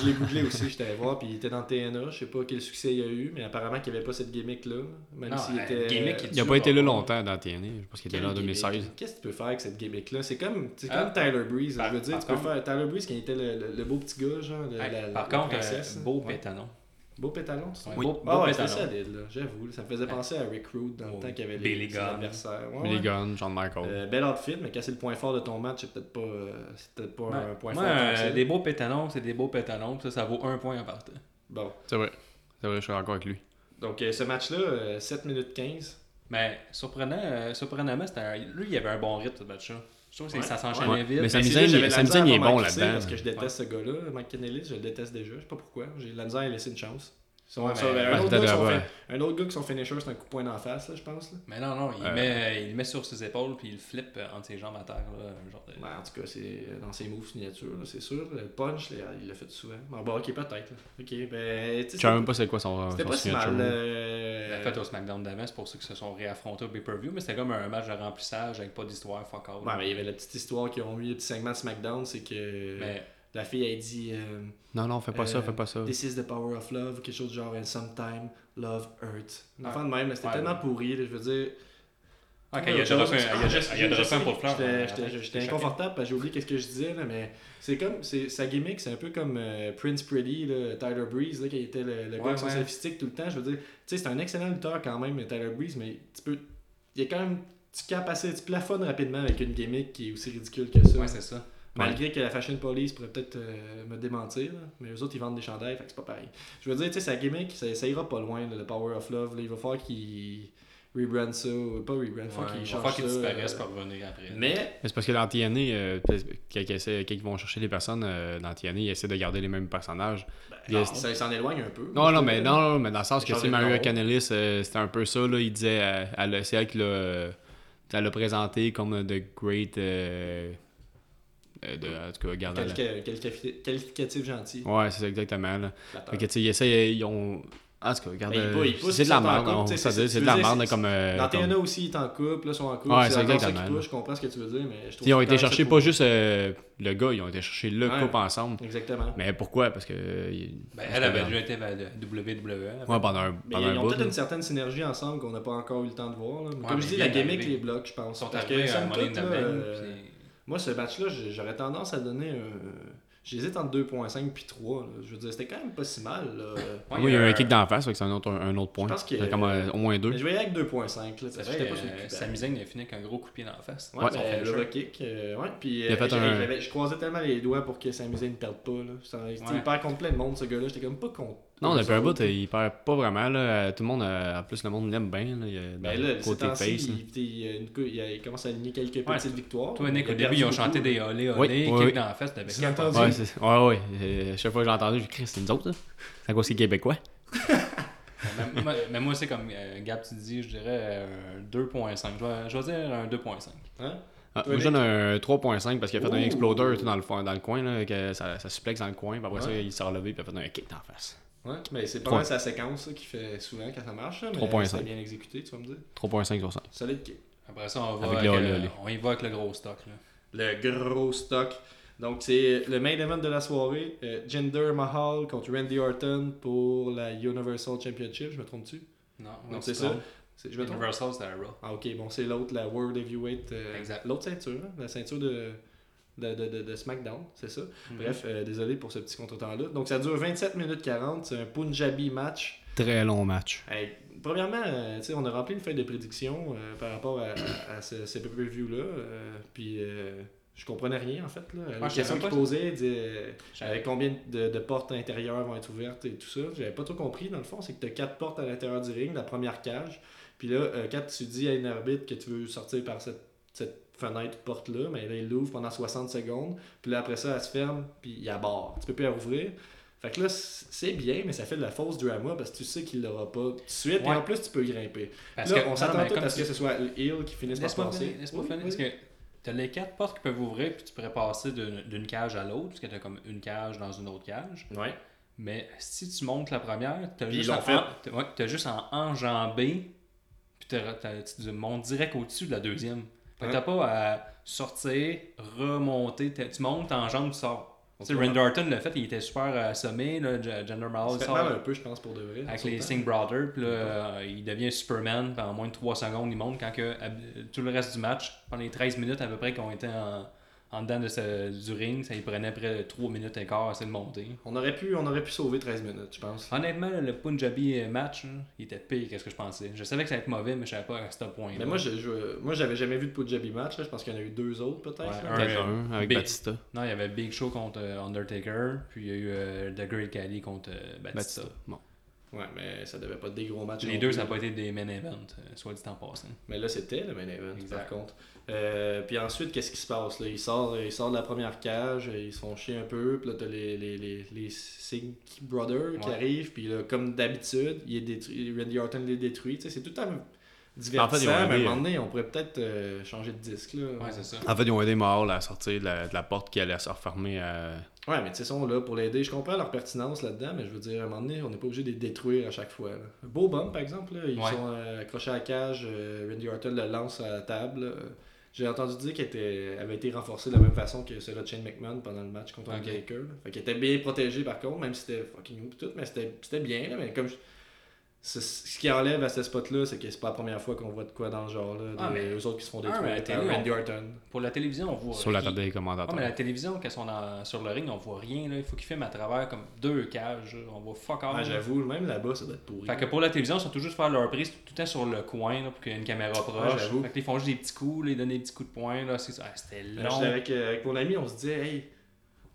Speaker 1: Je l'ai googlé aussi, j'étais allé voir, puis il était dans TNA. Je sais pas quel succès il a eu, mais apparemment qu'il n'y avait pas cette gimmick-là. Même
Speaker 2: Non,
Speaker 1: s'il
Speaker 2: euh,
Speaker 1: était.
Speaker 2: gimmick, il
Speaker 3: Il n'a
Speaker 2: Tu
Speaker 3: pas été là
Speaker 2: vas-
Speaker 3: longtemps dans TNA. Je pense qu'il était
Speaker 1: Quel
Speaker 3: là en
Speaker 1: gimmick?
Speaker 3: 2016.
Speaker 1: Qu'est-ce que tu peux faire avec cette gimmick-là C'est comme, c'est
Speaker 2: Ah,
Speaker 1: comme Tyler Breeze.
Speaker 2: par-
Speaker 1: je veux dire,
Speaker 2: par
Speaker 1: tu peux
Speaker 2: contre-
Speaker 1: faire Tyler Breeze qui était le, le- le beau petit gars, genre. le-
Speaker 2: Hey,
Speaker 1: la-
Speaker 2: par
Speaker 1: la
Speaker 2: contre,
Speaker 1: princesse,
Speaker 2: euh,
Speaker 1: là.
Speaker 2: beau
Speaker 1: Ouais.
Speaker 2: pétanon.
Speaker 1: Beau pétalon, tu trouves?
Speaker 2: Ouais, Beau,
Speaker 1: Ah
Speaker 2: beau
Speaker 1: ouais, c'était
Speaker 2: pétanon.
Speaker 1: solide, là, j'avoue. Ça me faisait penser à Rick Rude dans le
Speaker 2: Ouais.
Speaker 1: temps qu'il y avait les,
Speaker 2: Billy
Speaker 1: ses
Speaker 2: Gunn.
Speaker 1: adversaires. Ouais,
Speaker 3: Billy
Speaker 1: ouais.
Speaker 3: Gunn, John Michael.
Speaker 1: Euh, bel outfit, mais casser le point fort de ton match, c'est peut-être pas, euh, c'est peut-être pas un point fort.
Speaker 2: Ouais, Moi,
Speaker 1: tant que
Speaker 2: euh,
Speaker 1: ça.
Speaker 2: des beaux pétanons, c'est des beaux pétanons, puis ça, ça vaut un point en partant.
Speaker 1: Bon,
Speaker 3: C'est vrai. C'est vrai, je suis encore avec lui.
Speaker 1: donc euh, ce match-là, euh, 7 minutes 15.
Speaker 2: Mais surprenant, euh, surprenonnamment, c'était un- lui, il avait un bon rythme, ce match-là. Je trouve que c'est-
Speaker 1: Ouais.
Speaker 2: ça s'enchaînait
Speaker 3: Ouais.
Speaker 2: vite.
Speaker 3: Mais
Speaker 1: Mais
Speaker 3: Sami
Speaker 1: Ben, c'est là que
Speaker 3: Zayn,
Speaker 1: j'avais
Speaker 3: il-
Speaker 1: de la
Speaker 3: Sami
Speaker 1: misère
Speaker 3: Zayn, il
Speaker 1: à
Speaker 3: est
Speaker 1: pas
Speaker 3: bon
Speaker 1: Mike Tyson,
Speaker 3: là-dedans.
Speaker 1: Parce que je déteste ce gars-là. Mike Kennelly, je le déteste déjà. Je sais pas pourquoi. J'ai de la misère à laisser une chance. Ils sont-
Speaker 2: Ouais,
Speaker 1: sont-
Speaker 2: mais-
Speaker 1: un,
Speaker 3: Ouais,
Speaker 1: autre
Speaker 3: peut-être
Speaker 1: gars, son
Speaker 3: là-bas.
Speaker 1: fin- un autre gars qui son finisher, c'est un coup de poing d'en face, là, je pense. là.
Speaker 2: Mais non, non, il,
Speaker 3: Euh.
Speaker 2: met, il met sur ses épaules, puis il le flippe euh, entre ses jambes à terre. Là, un genre de...
Speaker 1: Ouais, Ben, en tout cas, c'est euh, dans ses moves signatures, là, c'est sûr. Le punch, là, il l'a fait souvent. Mais bon, ok, peut-être. là. Ok, ben, tu sais,
Speaker 3: Je sais même pas c'est quoi son,
Speaker 1: c'était
Speaker 3: son
Speaker 1: pas si mal.
Speaker 3: signature.
Speaker 1: euh,
Speaker 2: En fait, au SmackDown d'avant, c'est pour ceux qui se sont réaffrontés au pay-per-view, mais c'était comme un match de remplissage avec pas d'histoire, fuck all.
Speaker 1: Ouais, mais euh, il y avait la petite histoire qu'ils ont eu, le petit segment de SmackDown, c'est que
Speaker 2: Mais
Speaker 1: la fille, elle dit euh,
Speaker 3: Non, non, fais pas
Speaker 1: Euh,
Speaker 3: ça, fais pas ça.
Speaker 1: This is the power of love, ou quelque chose du genre, and sometime love hurts. Une
Speaker 2: Ouais.
Speaker 1: affaire de même, mais c'était
Speaker 2: Ouais,
Speaker 1: tellement
Speaker 2: ouais.
Speaker 1: pourri, là, je veux dire. Ah,
Speaker 2: Ok, il y a déjà refait un- il y a- il y a déjà refait un pot de fleurs.
Speaker 1: J'étais-
Speaker 2: euh, Attends,
Speaker 1: j'étais- J'étais
Speaker 2: j'ai choqué.
Speaker 1: inconfortable parce que j'ai oublié qu'est-ce que je disais, là, mais c'est comme, c'est- sa gimmick, c'est un peu comme euh, Prince Pretty, là, Tyler Breeze, là, qui était le, le
Speaker 2: Ouais,
Speaker 1: gars qui s'en
Speaker 2: ouais.
Speaker 1: sophistique tout le temps. Je veux dire, tu sais, c'est un excellent lutteur quand même, Tyler Breeze, mais tu peux, il est quand même, tu capes assez, tu plafonnes rapidement avec une gimmick qui est aussi ridicule que ça.
Speaker 2: Ouais, c'est ça.
Speaker 1: Malgré que la Fashion Police pourrait peut-être euh, me démentir, là, mais eux autres ils vendent des chandails, fait que c'est pas pareil. Je veux dire, tu sais, sa gimmick, ça, ça ira pas loin, là, le Power of Love. là. il va falloir qu'il rebrand ça, ou pas rebrand,
Speaker 2: Il
Speaker 1: faut qu'il
Speaker 2: faut
Speaker 1: change
Speaker 2: pas qu'ils
Speaker 1: ça,
Speaker 2: disparaissent
Speaker 1: euh,
Speaker 2: pour revenir après. Ben,
Speaker 1: Mais,
Speaker 3: Mais c'est parce que dans TNA, euh, peut-être quand ils essaient- quand ils vont chercher des personnes euh, dans TNA, ils essaient de garder les mêmes personnages. Il y a-
Speaker 1: non, ben, ça s'en éloigne un peu.
Speaker 3: Non, non, mais non, non, mais dans le sens que
Speaker 1: Changer
Speaker 3: c'est
Speaker 1: de
Speaker 3: Maria
Speaker 1: nom.
Speaker 3: Canelis, euh, c'était un peu ça, là, il disait, euh, elle, c'est elle qui l'a, euh, elle l'a présenté comme The Great, euh, euh, de, en tout cas, garde la-
Speaker 1: Qualifi- qualificatif- Qualificatif gentil.
Speaker 3: Ouais, c'est ça, exactement, là.
Speaker 1: flatteur.
Speaker 3: Fait que, tu sais, ils essaient, ils ont, en tout cas, regarde,
Speaker 1: Ben, ils
Speaker 3: euh,
Speaker 1: pou- ils poussent
Speaker 3: c'est de la
Speaker 1: tout ça en
Speaker 3: merde,
Speaker 1: couple,
Speaker 3: on
Speaker 1: tu sais,
Speaker 3: ça
Speaker 1: c'est-
Speaker 3: veut dire, c'est de
Speaker 1: tu
Speaker 3: la
Speaker 1: veux dire,
Speaker 3: merde,
Speaker 1: c'est-
Speaker 3: comme, euh,
Speaker 1: Dans
Speaker 3: comme-
Speaker 1: TNA aussi, ils sont en couple, là, ils sont en couple.
Speaker 3: Ouais,
Speaker 1: c'est
Speaker 3: c'est
Speaker 1: encore ça qui
Speaker 3: exactement,
Speaker 1: touche,
Speaker 3: là.
Speaker 1: je comprends ce que tu veux dire, mais je trouve
Speaker 3: Ils ont
Speaker 1: que
Speaker 3: été
Speaker 1: quand
Speaker 3: chercher
Speaker 1: c'est
Speaker 3: pas
Speaker 1: pour-
Speaker 3: juste euh, le gars, ils ont été chercher le
Speaker 1: Ouais.
Speaker 3: couple ensemble.
Speaker 1: Exactement.
Speaker 3: Mais pourquoi Parce que. euh, il-
Speaker 2: Ben, elle avait déjà été à la E, WWE.
Speaker 3: Ouais, pendant un,
Speaker 1: Mais ils
Speaker 3: pendant un
Speaker 1: ont
Speaker 3: bout.
Speaker 1: peut-être
Speaker 3: là.
Speaker 1: une certaine synergie ensemble qu'on n'a pas encore eu le temps de voir. là. Mais
Speaker 2: Ouais,
Speaker 1: comme
Speaker 2: mais
Speaker 1: je dis,
Speaker 2: ils
Speaker 1: la
Speaker 2: viennent
Speaker 1: gimmick
Speaker 2: d'arriver.
Speaker 1: les blocs, je
Speaker 2: Ils
Speaker 1: pense.
Speaker 2: sont
Speaker 1: Parce que,
Speaker 2: arrivés à
Speaker 1: somme
Speaker 2: Money in
Speaker 1: toute,
Speaker 2: the
Speaker 1: là, euh,
Speaker 2: Bank. puis-
Speaker 1: Moi, ce match-là, j'ai- j'aurais tendance à donner un. J'hésite entre 2.5 puis 3. là. Je veux dire, c'était quand même pas si mal. là.
Speaker 2: Ouais,
Speaker 3: Ah
Speaker 2: euh,
Speaker 3: Oui, il y a eu un kick d'en face, fait que c'est un autre, un autre point.
Speaker 1: Je pense que-
Speaker 3: Il y a comme euh, au moins deux.
Speaker 1: Mais je vais y aller avec 2.5. là, parce
Speaker 2: C'est
Speaker 1: que
Speaker 2: vrai,
Speaker 1: j'étais pas sur le
Speaker 2: euh,
Speaker 1: cul,
Speaker 2: Sami Zayn, il a fini avec un gros coup de pied dans la face.
Speaker 1: Ouais,
Speaker 3: Ouais,
Speaker 1: ben,
Speaker 2: son finisher.
Speaker 1: le low kick. euh, ouais, puis
Speaker 3: Il a
Speaker 1: euh,
Speaker 3: fait
Speaker 1: j'ai-
Speaker 3: un-
Speaker 1: j'avais- je croisais tellement les doigts pour que Sami Zayn ne perde pas. Là. Ça- tu sais,
Speaker 2: Ouais.
Speaker 1: Il perd contre plein de monde, ce gars-là. J'étais comme pas contre.
Speaker 3: Non,
Speaker 1: eux
Speaker 3: depuis un
Speaker 1: autres. hein?
Speaker 3: bout, il perd pas vraiment. Là. Tout le monde, euh, en plus, le monde l'aime bien. Là. Il y a-
Speaker 1: Ben
Speaker 3: dans
Speaker 1: là,
Speaker 3: le
Speaker 1: ces
Speaker 3: côté
Speaker 1: temps-ci,
Speaker 3: face. là.
Speaker 1: il, il, y a une cou- il a- il commence à aligner quelques
Speaker 2: Ouais,
Speaker 1: petites victoires.
Speaker 2: Toi, Nick,
Speaker 1: Il a
Speaker 2: au début,
Speaker 1: perdu
Speaker 2: ils ont
Speaker 1: beaucoup,
Speaker 2: chanté
Speaker 1: là.
Speaker 2: des olé
Speaker 3: Oui,
Speaker 2: olé,
Speaker 3: oui,
Speaker 2: kick
Speaker 3: oui.
Speaker 2: dans la face, t'avais
Speaker 1: Ce qu'il a entendu.
Speaker 3: Ouais, c'est- ouais, ouais. Euh, chaque fois que j'ai entendu, je crie, c'est nous autres. là. C'est à cause des Québécois.
Speaker 2: Même- moi- Mais moi, c'est comme euh, Gab, tu dis, je dirais euh, 2.5. Je vais- Je vais dire un 2.5.
Speaker 1: Hein?
Speaker 3: Ah,
Speaker 1: Toi,
Speaker 3: moi, je donne un 3.5 parce qu'il a fait un
Speaker 1: Ouh.
Speaker 3: exploder tu sais, dans le, fond- dans le coin. Là, que ça, ça suplexe dans le coin. Puis après ça,
Speaker 1: Ouais.
Speaker 3: il s'est relevé puis il a fait un kick d'en face.
Speaker 1: Ouais, mais c'est pas
Speaker 3: Trois.
Speaker 1: mal sa séquence ça, qui fait souvent quand ça marche. là, Mais
Speaker 3: 3.5.
Speaker 1: c'est bien exécuté, tu vas me dire.
Speaker 3: 3.5 sur 5.
Speaker 1: Solide kick.
Speaker 2: Après ça, on va
Speaker 3: Avec
Speaker 2: avec,
Speaker 3: le
Speaker 2: euh,
Speaker 3: olé olé.
Speaker 2: on y va avec le gros stock. Là.
Speaker 1: Le gros stock. Donc, c'est le main event de la soirée. euh, Jinder Mahal contre Randy Orton pour la Universal Championship. Je me trompe-tu
Speaker 2: Non, ouais,
Speaker 1: Non,
Speaker 2: tu
Speaker 1: c'est ça.
Speaker 2: trompes.
Speaker 1: C'est- Je me trompe.
Speaker 2: Universal, c'était un Raw.
Speaker 1: Ah, ok, bon, c'est l'autre, la World Heavyweight. euh,
Speaker 2: Exact.
Speaker 1: L'autre ceinture, hein, la ceinture de, de, de, de- de SmackDown, c'est ça.
Speaker 2: Mhm.
Speaker 1: Bref, euh, désolé pour ce petit contretemps-là. Donc, ça dure 27 minutes 40. C'est un Punjabi match.
Speaker 3: Très long match.
Speaker 1: Hey, premièrement, euh, tu sais, on a rempli une feuille de prédiction euh, par rapport à, à- à ce, ce pay-per-view-là. euh, puis euh, je comprenais rien, en fait. Là. La
Speaker 2: je
Speaker 1: question
Speaker 2: savais
Speaker 1: qu'il
Speaker 2: pas.
Speaker 1: posait, disait,
Speaker 2: J'avais-
Speaker 1: euh, combien de, de portes intérieures vont être ouvertes et tout ça. J'avais pas trop compris, dans le fond. C'est que tu as quatre portes à l'intérieur du ring, la première cage. Puis là, euh, quand tu dis à une arbitre que tu veux sortir par cette, cette fenêtre porte-là, mais là, il l'ouvre pendant 60 secondes. Puis là, après ça, elle se ferme, puis il y a barre. Tu peux plus la rouvrir. Fait que là, c- c'est bien, mais ça fait de la fausse drama parce que tu sais qu'il l'aura pas tout de suite. Et
Speaker 2: Ouais.
Speaker 1: en plus, tu peux grimper.
Speaker 2: Parce
Speaker 1: là,
Speaker 2: que-
Speaker 1: on
Speaker 2: non,
Speaker 1: s'attend
Speaker 2: mais
Speaker 1: tout
Speaker 2: comme
Speaker 1: à ce
Speaker 2: tu-
Speaker 1: que ce soit Hill qui finisse par
Speaker 2: Laisse-moi
Speaker 1: passer.
Speaker 2: finir, laisse-moi
Speaker 1: Oui,
Speaker 2: finir,
Speaker 1: oui.
Speaker 2: parce que t'as les quatre portes qui peuvent ouvrir, puis tu pourrais passer d'une d'une cage à l'autre, parce que t'as comme une cage dans une autre cage.
Speaker 1: Ouais.
Speaker 2: Mais si tu montes la première, t'as
Speaker 1: Puis
Speaker 2: juste,
Speaker 1: ils l'ont
Speaker 2: à-
Speaker 1: fait.
Speaker 2: t'as- ouais, t'as juste à enjamber, puis t'as- t'as- tu montes direct au-dessus de la deuxième. Fait que
Speaker 1: Ouais.
Speaker 2: t'as pas à sortir, remonter, t'as- tu montes, t'enjambes, tu sors. Tu sais,
Speaker 1: Ouais.
Speaker 2: Randy Orton l'a fait, il était super euh, assommé, là, J- Jinder Mahal
Speaker 1: Ça fait
Speaker 2: Ah, sort
Speaker 1: mal hein. un peu, je pense, pour de vrai.
Speaker 2: avec
Speaker 1: sur le
Speaker 2: les
Speaker 1: temps.
Speaker 2: Singh Brothers, puis là, euh, il devient Superman, puis en moins de 3 secondes, il monte quand que, ab- tout le reste du match, pendant les 13 minutes à peu près qu'on était en, en dedans de ce- du ring, ça il prenait près de 3 minutes et quart à essayer de monter.
Speaker 1: On aurait, pu, on aurait pu sauver 13 minutes, je pense.
Speaker 2: Honnêtement, le Punjabi match, hein, il était pire que ce que je pensais. Je savais que ça allait être mauvais, mais je savais pas à ce point.
Speaker 1: Mais moi, je, je- moi, j'avais jamais vu de Punjabi match. là. Je pense qu'il y en a eu deux autres, peut-être.
Speaker 2: Ouais,
Speaker 1: là.
Speaker 2: un-
Speaker 3: Peut-être un, avec
Speaker 2: Big.
Speaker 3: Batista.
Speaker 2: Non, il y avait Big Show contre euh, Undertaker, puis il y a eu euh, The Great Khali contre euh, Batista.
Speaker 3: Batista. Bon.
Speaker 1: Ouais, mais ça devait pas être des gros matchs.
Speaker 2: Les
Speaker 1: non
Speaker 2: deux,
Speaker 1: plus.
Speaker 2: ça n'a pas été des main events, euh, soit dit en passant.
Speaker 1: Mais là, c'était le main event,
Speaker 2: Exact.
Speaker 1: par contre. Euh, puis ensuite, qu'est-ce qui se passe? Là? Ils, sortent, ils sortent de la première cage, ils se font chier un peu. Puis là, t'as les, les, les, les Singh Brothers qui
Speaker 2: Ouais.
Speaker 1: arrivent. Puis là, comme d'habitude, il est détruit, Randy Orton les détruit. Tu sais, c'est tout le temps
Speaker 3: En fait,
Speaker 1: divertissant.
Speaker 3: ils ont
Speaker 1: mais à un
Speaker 3: aidé,
Speaker 1: moment donné, on pourrait peut-être euh, changer de disque. Là.
Speaker 2: Ouais, c'est ça.
Speaker 3: En fait, ils ont aidé Mahal à sortir de la, de la porte qui allait se refermer euh, à.
Speaker 1: Ouais, mais tu sais, ils sont là pour l'aider. Je comprends leur pertinence là-dedans, mais je veux dire, à un moment donné, on n'est pas obligé de les détruire à chaque fois. là. Beau bomb, par exemple, là, ils
Speaker 2: Ouais.
Speaker 1: sont euh, accrochés à la cage. euh, Randy Orton le lance à la table. là. J'ai entendu dire qu'il était, avait été renforcé de la même façon que celui de Shane McMahon pendant le match contre
Speaker 2: Ok.
Speaker 1: Undertaker. là. Fait qu'il était bien protégé par contre, même si c'était fucking ouf et tout, mais c'était c'était bien. là, mais comme je- ce, ce qui enlève à ce spot-là, c'est que c'est pas la première fois qu'on voit de quoi dans le genre. Là,
Speaker 2: Ah,
Speaker 1: des-
Speaker 2: mais-
Speaker 1: Eux autres qui se font
Speaker 2: Ah, mais
Speaker 1: détruire
Speaker 2: la
Speaker 1: par
Speaker 2: télé,
Speaker 1: Randy Orton.
Speaker 2: Pour la télévision, on voit.
Speaker 3: Sur la
Speaker 2: qui-
Speaker 3: table des
Speaker 2: Ouais,
Speaker 3: commentateurs.
Speaker 2: mais la télévision, quand ils sont dans- sur le ring, on voit rien. Là. Il faut qu'ils filment à travers comme deux cages. là. On voit fuck all.
Speaker 1: Ah,
Speaker 2: là.
Speaker 1: J'avoue, même là-bas, ça doit être pourri.
Speaker 2: Fait que pour la télévision, ils sont toujours faire leur prise tout le temps sur le coin là, pour qu'il y ait une caméra proche.
Speaker 1: Ouais, j'avoue.
Speaker 2: fait que ils font juste des petits coups, là, ils donnent des petits coups de poing. Là. C'est- ah, C'était
Speaker 1: Alors,
Speaker 2: long.
Speaker 1: j'étais avec, euh, avec mon ami, on se disait, hey,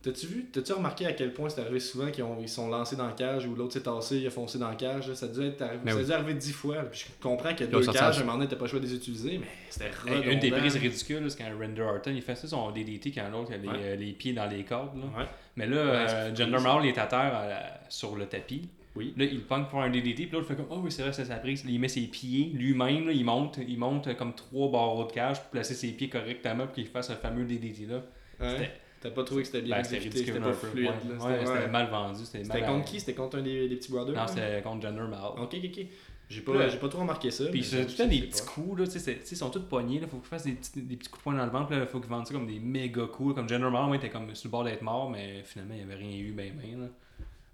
Speaker 1: t'as-tu vu, t'as-tu remarqué à quel point c'est arrivé souvent qu'ils ont- ils sont lancés dans la cage ou l'autre s'est tassé, il a foncé dans la cage, là, ça a dû être arrivé,
Speaker 2: Ben
Speaker 3: Mais
Speaker 1: ça a
Speaker 3: oui.
Speaker 1: dû arriver dix fois. là. Puis je comprends que
Speaker 3: Ils ont
Speaker 1: deux
Speaker 3: sorti
Speaker 1: cages,
Speaker 3: en-
Speaker 1: à un moment donné, t'as pas le choix de les utiliser, mais c'était
Speaker 2: Hey,
Speaker 1: redondant.
Speaker 2: une des prises ridicules, là, c'est quand Render Horton, il fait ça son DDT quand l'autre, il a les,
Speaker 1: Ouais.
Speaker 2: euh, les pieds dans les cordes. là.
Speaker 1: Ouais.
Speaker 2: Mais là, euh, Jinder Mahal il est à terre à la- sur le tapis.
Speaker 1: Oui.
Speaker 2: Là, il punk pour un DDT, puis l'autre fait comme Oh oui, c'est vrai, c'est sa prise. Il met ses pieds lui-même, là, il monte, il monte euh, comme trois barreaux de cage pour placer ses pieds correctement pour qu'il fasse un fameux DDT là.
Speaker 1: Hein?
Speaker 2: C'était-
Speaker 1: T'as pas trouvé que c'était bien
Speaker 2: Ben, c'était
Speaker 1: exécuté,
Speaker 2: ridicule
Speaker 1: c'était
Speaker 2: un
Speaker 1: pas
Speaker 2: peu.
Speaker 1: fluide.
Speaker 2: Ouais,
Speaker 1: là,
Speaker 2: ouais,
Speaker 1: c'était-
Speaker 2: c'était
Speaker 1: ouais.
Speaker 2: mal vendu, c'était mal. euh,
Speaker 1: C'était contre qui C'était contre un des, des petits brothers
Speaker 2: Non,
Speaker 1: là?
Speaker 2: c'était contre Jinder Mahal.
Speaker 1: Ok, ok, ok. J'ai
Speaker 2: Là-
Speaker 1: pas, j'ai pas trop remarqué ça.
Speaker 2: Puis
Speaker 1: mais
Speaker 2: c'est
Speaker 1: je-
Speaker 2: tout le temps des
Speaker 1: je sais
Speaker 2: petits
Speaker 1: pas.
Speaker 2: coups, là, tu sais, c'est- tu sais, ils sont tous pognés, là, faut qu'ils fassent des petits, des petits coups de poing dans le ventre, là, faut qu'ils vendent ça comme des méga coups, comme General Mahal, moi, il était comme sur le bord d'être mort, mais finalement, il n'y avait rien eu, ben, ben, là.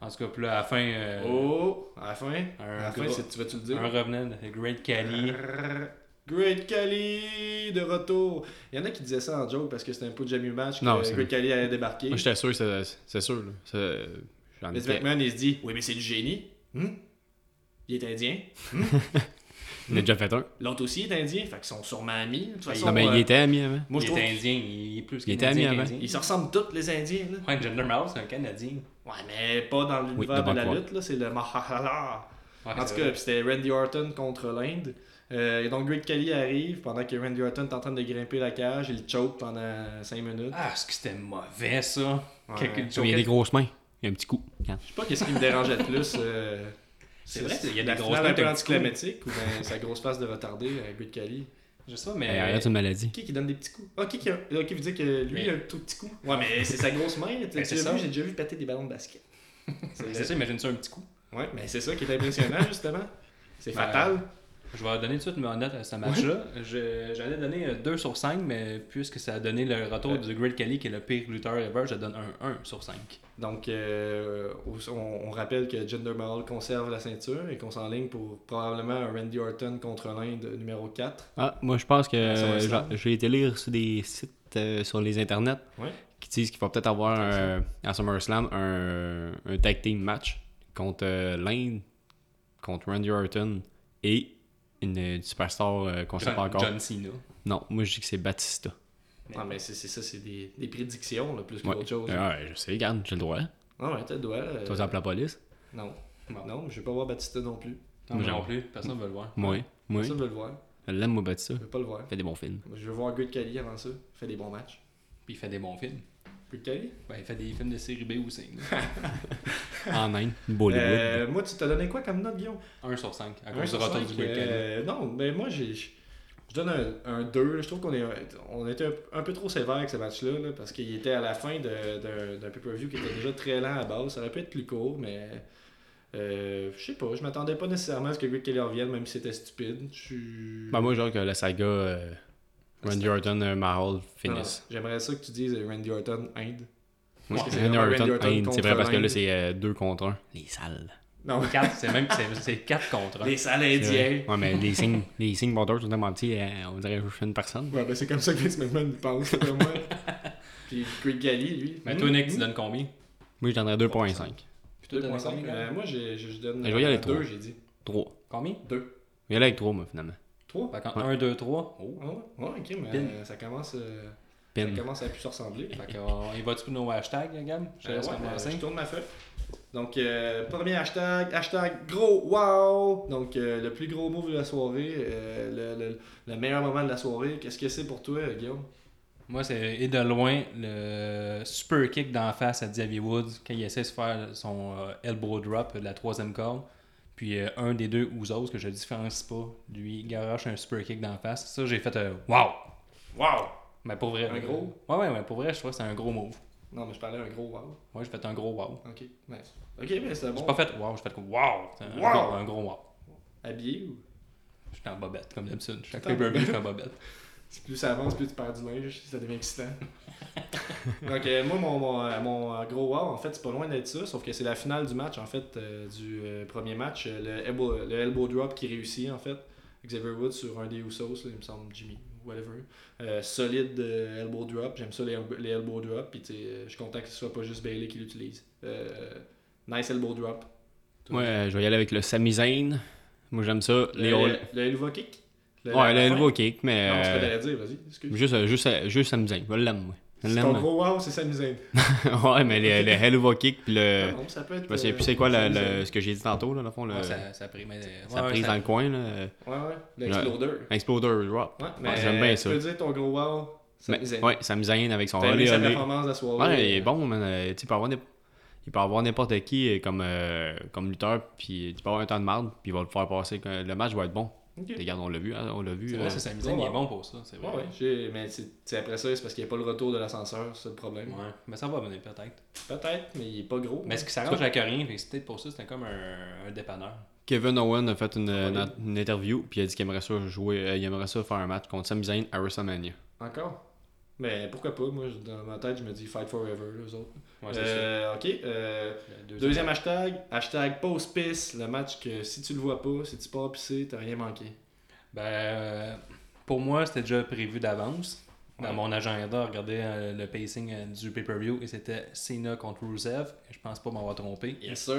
Speaker 2: En tout cas, puis là, à la fin, euh,
Speaker 1: Oh, à la fin,
Speaker 2: un
Speaker 1: à la fin
Speaker 2: gros-
Speaker 1: c'est- tu vas-tu le dire
Speaker 2: un revenant de Great Cali.
Speaker 1: Great Cali de retour. Il y en a qui disaient ça en joke parce que c'était un peu de jamais match que
Speaker 3: Non, c'est-
Speaker 1: Great Cali allait débarquer.
Speaker 3: Moi, j'étais sûr, c'est c'est sûr. là. C'est- J'en
Speaker 1: Vince
Speaker 3: étais.
Speaker 1: McMahon, il se dit Oui, mais c'est du génie. Hmm? Il est indien.
Speaker 3: Il en a déjà fait un.
Speaker 1: L'autre aussi est indien. Fait qu'ils sont sûrement amis. De toute façon,
Speaker 3: Non, mais
Speaker 1: euh,
Speaker 3: Ah, il était ami avant.
Speaker 1: moi,
Speaker 2: il
Speaker 1: je
Speaker 2: est
Speaker 1: trouve
Speaker 2: indien, il est plus
Speaker 3: Il était
Speaker 2: canadien
Speaker 3: ami avant.
Speaker 2: qu'indien.
Speaker 1: qu'ils se ressemblent tous, les Indiens. Là.
Speaker 2: Ouais, General Mahal, c'est un Canadien.
Speaker 1: Ouais, mais pas dans l'univers
Speaker 3: Oui,
Speaker 1: de la
Speaker 3: devant toi.
Speaker 1: lutte. là, C'est le Mahalala.
Speaker 2: Ouais,
Speaker 1: en
Speaker 2: c'est
Speaker 1: tout
Speaker 2: vrai.
Speaker 1: cas, puis c'était Randy Orton contre l'Inde. Euh, et donc, Great Kelly arrive pendant que Randy Orton est en train de grimper la cage. Il le choke pendant 5 minutes.
Speaker 2: Ah, est-ce que c'était mauvais, ça?
Speaker 3: Ah,
Speaker 1: Ouais.
Speaker 2: Quelqu'un
Speaker 3: Il y a des grosses mains. Il y a un petit coup. Quand-
Speaker 1: Je sais pas qu'est-ce qui me dérangeait le plus. euh,
Speaker 2: C'est vrai, il y a
Speaker 1: la
Speaker 2: des grosses
Speaker 1: finale
Speaker 2: mains,
Speaker 1: un peu
Speaker 2: t'as un petit coup.
Speaker 1: anticlimatique ou ben, sa grosse face de retardé euh, à Great Kelly.
Speaker 2: Je sais pas, mais...
Speaker 3: Hey, arrête une maladie.
Speaker 1: Qui qui donne des petits coups Ah, qui qui a... ok, vous dites que lui,
Speaker 2: Mais-
Speaker 1: il a un tout petit coup. Ouais, mais c'est sa grosse main. t'as
Speaker 2: Ben, c'est
Speaker 1: déjà
Speaker 2: ça.
Speaker 1: vu, J'ai déjà vu péter des ballons de basket.
Speaker 2: C'est ça, imagine ça un petit coup.
Speaker 1: Ouais, mais c'est ça qui est impressionnant, justement. C'est
Speaker 2: Ben,
Speaker 1: fatal.
Speaker 2: Je vais donner tout de suite ma note à ce match-là. Je- J'allais donner euh, 2 sur 5, mais puisque ça a donné le retour
Speaker 1: Ouais.
Speaker 2: du Great Khali, qui est le pire lutteur ever, je donne un 1 sur 5.
Speaker 1: Donc, euh, on, on rappelle que Jinder Mahal conserve la ceinture et qu'on s'enligne pour probablement un Randy Orton contre l'Inde numéro 4.
Speaker 3: Ah, moi, je pense que
Speaker 1: Ça va,
Speaker 3: euh,
Speaker 1: ça.
Speaker 3: j'ai- j'ai été lire sur des sites euh, sur les internets
Speaker 1: Ouais.
Speaker 3: qui disent qu'il va peut-être avoir un, à SummerSlam un, un tag team match contre euh, l'Inde, contre Randy Orton et une, une superstar euh, qu'on ne sait
Speaker 2: John,
Speaker 3: pas encore.
Speaker 2: John Cena.
Speaker 3: Non, moi, je dis que c'est Batista.
Speaker 1: Non, Ah, mais c'est c'est ça, c'est des, des prédictions, là, plus
Speaker 3: Ouais.
Speaker 1: qu'autre chose.
Speaker 3: Euh, ouais, je sais, regarde, j'ai le droit.
Speaker 1: Non, ouais, t'as le doigt. euh,
Speaker 3: Toi, tu appelles la police.
Speaker 1: Non.
Speaker 2: Bon.
Speaker 1: Non, mais je vais pas voir Batista non plus.
Speaker 2: Non, moi
Speaker 3: Moi,
Speaker 2: non
Speaker 3: j'en-
Speaker 2: plus, personne ne veut le voir.
Speaker 3: Moi, moi.
Speaker 1: Ça, je veux le voir.
Speaker 3: Je l'aime, moi, Batista.
Speaker 1: Je veux pas le voir.
Speaker 3: Il fait des bons films.
Speaker 1: Je veux voir Good Cali avant ça. Il fait des bons matchs.
Speaker 2: Puis il fait des bons films.
Speaker 1: Good Cali
Speaker 2: Ben, il fait des films de série B aussi.
Speaker 3: en Inde, Bollywood.
Speaker 1: Euh, moi, tu t'as donné quoi comme note, Guillaume
Speaker 2: 1 sur 5, à
Speaker 1: Un
Speaker 2: cause du
Speaker 1: sur
Speaker 2: retour
Speaker 1: cinq,
Speaker 2: du Great Khali.
Speaker 1: euh, Non, mais moi, j'ai, je je donne un, un 2. là. Je trouve qu'on est, on était un, un peu trop sévère avec ce match-là là, parce qu'il était à la fin de- d'un d'un pay-per-view qui était déjà très lent à base. Ça aurait pu être plus court, mais Euh, je sais pas, je m'attendais pas nécessairement à ce que Greg Kelly revienne, même si c'était stupide. Je suis-
Speaker 3: Ben, moi, genre que la saga euh, Randy Orton, euh, Mahal
Speaker 1: Non,
Speaker 3: finisse.
Speaker 1: J'aimerais ça que tu dises euh, Randy Orton, Inde.
Speaker 3: Moi,
Speaker 1: Parce que c'est
Speaker 3: Randy
Speaker 1: vraiment Randy
Speaker 3: Orton,
Speaker 1: Orton
Speaker 3: Ain't, c'est vrai
Speaker 1: contre
Speaker 3: parce que
Speaker 1: l'Inde.
Speaker 3: là, c'est euh, deux contre un. Les salles.
Speaker 1: Non,
Speaker 2: Quatre, c'est même c'est- c'est 4 contre 1.
Speaker 1: les salles
Speaker 3: C'est vrai.
Speaker 1: indiennes.
Speaker 3: Ouais, mais les signes, les signes vendeurs, tout le temps petit, euh, on dirait juste une personne.
Speaker 1: Ouais, ben c'est comme ça que Vince McMahon pense, pour moi. Puis Greg Kelly, lui.
Speaker 2: Mais
Speaker 1: hmm,
Speaker 2: Ben, toi, Nick, tu
Speaker 1: hmm.
Speaker 2: donnes combien
Speaker 3: Moi, je donnerais 2.5.
Speaker 2: Puis toi, t'as donné
Speaker 1: 2.5.
Speaker 2: combien,
Speaker 1: Euh, moi, j'ai- je je donne
Speaker 3: Je vais y aller
Speaker 1: euh, deux,
Speaker 3: trois.
Speaker 1: j'ai dit.
Speaker 3: 3.
Speaker 2: Combien
Speaker 1: Deux.
Speaker 3: Il y a là avec 3, moi, finalement.
Speaker 1: Trois?
Speaker 2: Fait qu'en
Speaker 3: Ouais.
Speaker 2: 1, 2, 3.
Speaker 1: Ah ouais, ouais, ok, mais
Speaker 2: Pin.
Speaker 1: euh, ça commence, euh, ça
Speaker 3: Pin.
Speaker 1: commence à plus se ressembler.
Speaker 2: Fait qu'on il va-tu pour nos hashtags, Gab Je te
Speaker 1: Euh,
Speaker 2: laisse
Speaker 1: ouais, euh,
Speaker 2: commencer.
Speaker 1: je tourne ma feuille. Donc, euh, premier hashtag, hashtag gros wow! Donc, euh, le plus gros move de la soirée, euh, le, le- le meilleur moment de la soirée. Qu'est-ce que c'est pour toi, euh, Guillaume?
Speaker 2: Moi, c'est et de loin le super kick d'en face à Xavier Woods quand il essaie de se faire son euh, elbow drop de la troisième corde. Puis euh, un des deux ou autres que je différencie pas, lui garoche un super kick d'en face. Ça, j'ai fait un wow!
Speaker 1: Wow!
Speaker 2: Mais pour vrai.
Speaker 1: Un gros?
Speaker 2: Ouais, ouais, mais pour vrai, je trouve que c'est un gros move.
Speaker 1: Non, mais je parlais un gros wow.
Speaker 2: Moi, j'ai fait un gros wow.
Speaker 1: Ok, nice. Ok, mais c'est
Speaker 2: J'ai
Speaker 1: bon.
Speaker 2: pas fait wow, j'ai fait wow! C'est Un,
Speaker 1: Wow!
Speaker 2: Gros, un gros wow.
Speaker 1: Habillé ou?
Speaker 2: J'étais en bobette, comme d'habitude. Chaque
Speaker 1: T'es en
Speaker 2: pay-per-view, j'étais en bobette.
Speaker 1: Plus ça avance, plus tu perds du linge, ça devient excitant. Donc, euh, moi, mon, mon, euh, mon, euh, gros wow, en fait, c'est pas loin d'être ça, sauf que c'est la finale du match, en fait, euh, du euh, premier match. euh, le, elbow, le elbow drop qui réussit, en fait. Xavier Woods sur un des Usos, là, il me semble, Jimmy, whatever. Euh, solide euh, elbow drop, j'aime ça les, les elbow drop, puis tu sais, euh, je suis content que ce soit pas juste Bailey qui l'utilise. Euh, nice elbow drop.
Speaker 3: Moi, euh, je vais y aller avec le Sami Zayn. Moi, j'aime ça. Les
Speaker 1: le,
Speaker 3: Hall-
Speaker 1: le elbow kick Le- la
Speaker 3: Ouais, le
Speaker 1: fin?
Speaker 3: nouveau kick, mais.
Speaker 1: Non, c'est pas
Speaker 3: euh,
Speaker 1: d'aller dire, vas-y, excuse.
Speaker 3: Juste, euh, juste, euh, juste Sami Zayn. Je l'aime, moi. Je
Speaker 1: C'est
Speaker 3: l'aime.
Speaker 1: ton gros wow, c'est Sami Zayn.
Speaker 3: ouais, mais le, le Helva Kick, puis le.
Speaker 1: Ah non, ça peut être.
Speaker 3: Je me souviens plus
Speaker 1: euh,
Speaker 3: c'est quoi le-
Speaker 1: Sami
Speaker 3: le-
Speaker 1: Zayn.
Speaker 3: ce que j'ai dit tantôt, là, dans le fond. Le,
Speaker 2: Ouais, ça, ça a pris, mais, euh,
Speaker 3: sa
Speaker 2: ouais,
Speaker 3: prise
Speaker 2: ça-
Speaker 3: dans le coin, là.
Speaker 1: Ouais, ouais, l'explodeur.
Speaker 3: Exploder Drop.
Speaker 1: Ouais, mais
Speaker 3: j'aime bien ça.
Speaker 1: Tu peux dire ton gros wow, ça
Speaker 3: Mais-
Speaker 1: misait.
Speaker 3: Ouais, Sami Zayn avec son
Speaker 1: T'as aimé
Speaker 3: olé
Speaker 1: sa
Speaker 3: olé.
Speaker 1: performance de la soirée.
Speaker 3: Ouais, il est bon, man. Euh, tu sais, Il peut avoir n'imp- il peut avoir n'importe qui euh, comme, euh, comme lutteur, puis tu peux avoir un temps de marde, puis il va le faire passer. que Le match va être bon.
Speaker 1: Ok.
Speaker 3: Les gars, on l'a vu, hein, on l'a vu.
Speaker 2: C'est
Speaker 3: euh,
Speaker 2: vrai, c'est Sami Zayn,
Speaker 1: Ouais,
Speaker 2: il est
Speaker 1: ouais.
Speaker 2: bon pour ça. C'est
Speaker 1: Ouais,
Speaker 2: vrai.
Speaker 1: ouais. j'ai- Mais c'est- c'est après ça, c'est parce qu'il n'y a pas le retour de l'ascenseur, c'est le problème.
Speaker 2: Ouais. Mais ça va venir peut-être.
Speaker 1: Peut-être, mais il est pas gros.
Speaker 2: Mais ce qui s'arrange avec rien, fait que c'est peut-être pour ça, c'était comme un, un dépanneur.
Speaker 3: Kevin Owen a fait une,
Speaker 1: Ouais.
Speaker 3: une- une interview, puis il a dit qu'il aimerait ça jouer, euh, il aimerait ça faire un match contre Sami Zayn à WrestleMania.
Speaker 1: Encore. Mais pourquoi pas, moi, je- dans ma tête, je me dis Fight Forever, les autres.
Speaker 2: Ouais, c'est
Speaker 1: Euh, ok. euh,
Speaker 2: ça. Le deuxième.
Speaker 1: deuxième hashtag, hashtag pause pisse, le match que si tu le vois pas, si tu pars pisser, t'as rien manqué.
Speaker 2: Ben, euh, pour moi, c'était déjà prévu d'avance. Dans
Speaker 1: Ouais.
Speaker 2: mon agenda, regardez euh, le pacing euh, du pay-per-view et c'était Cena contre Rusev. Et je pense pas m'avoir trompé.
Speaker 1: Yes, sir.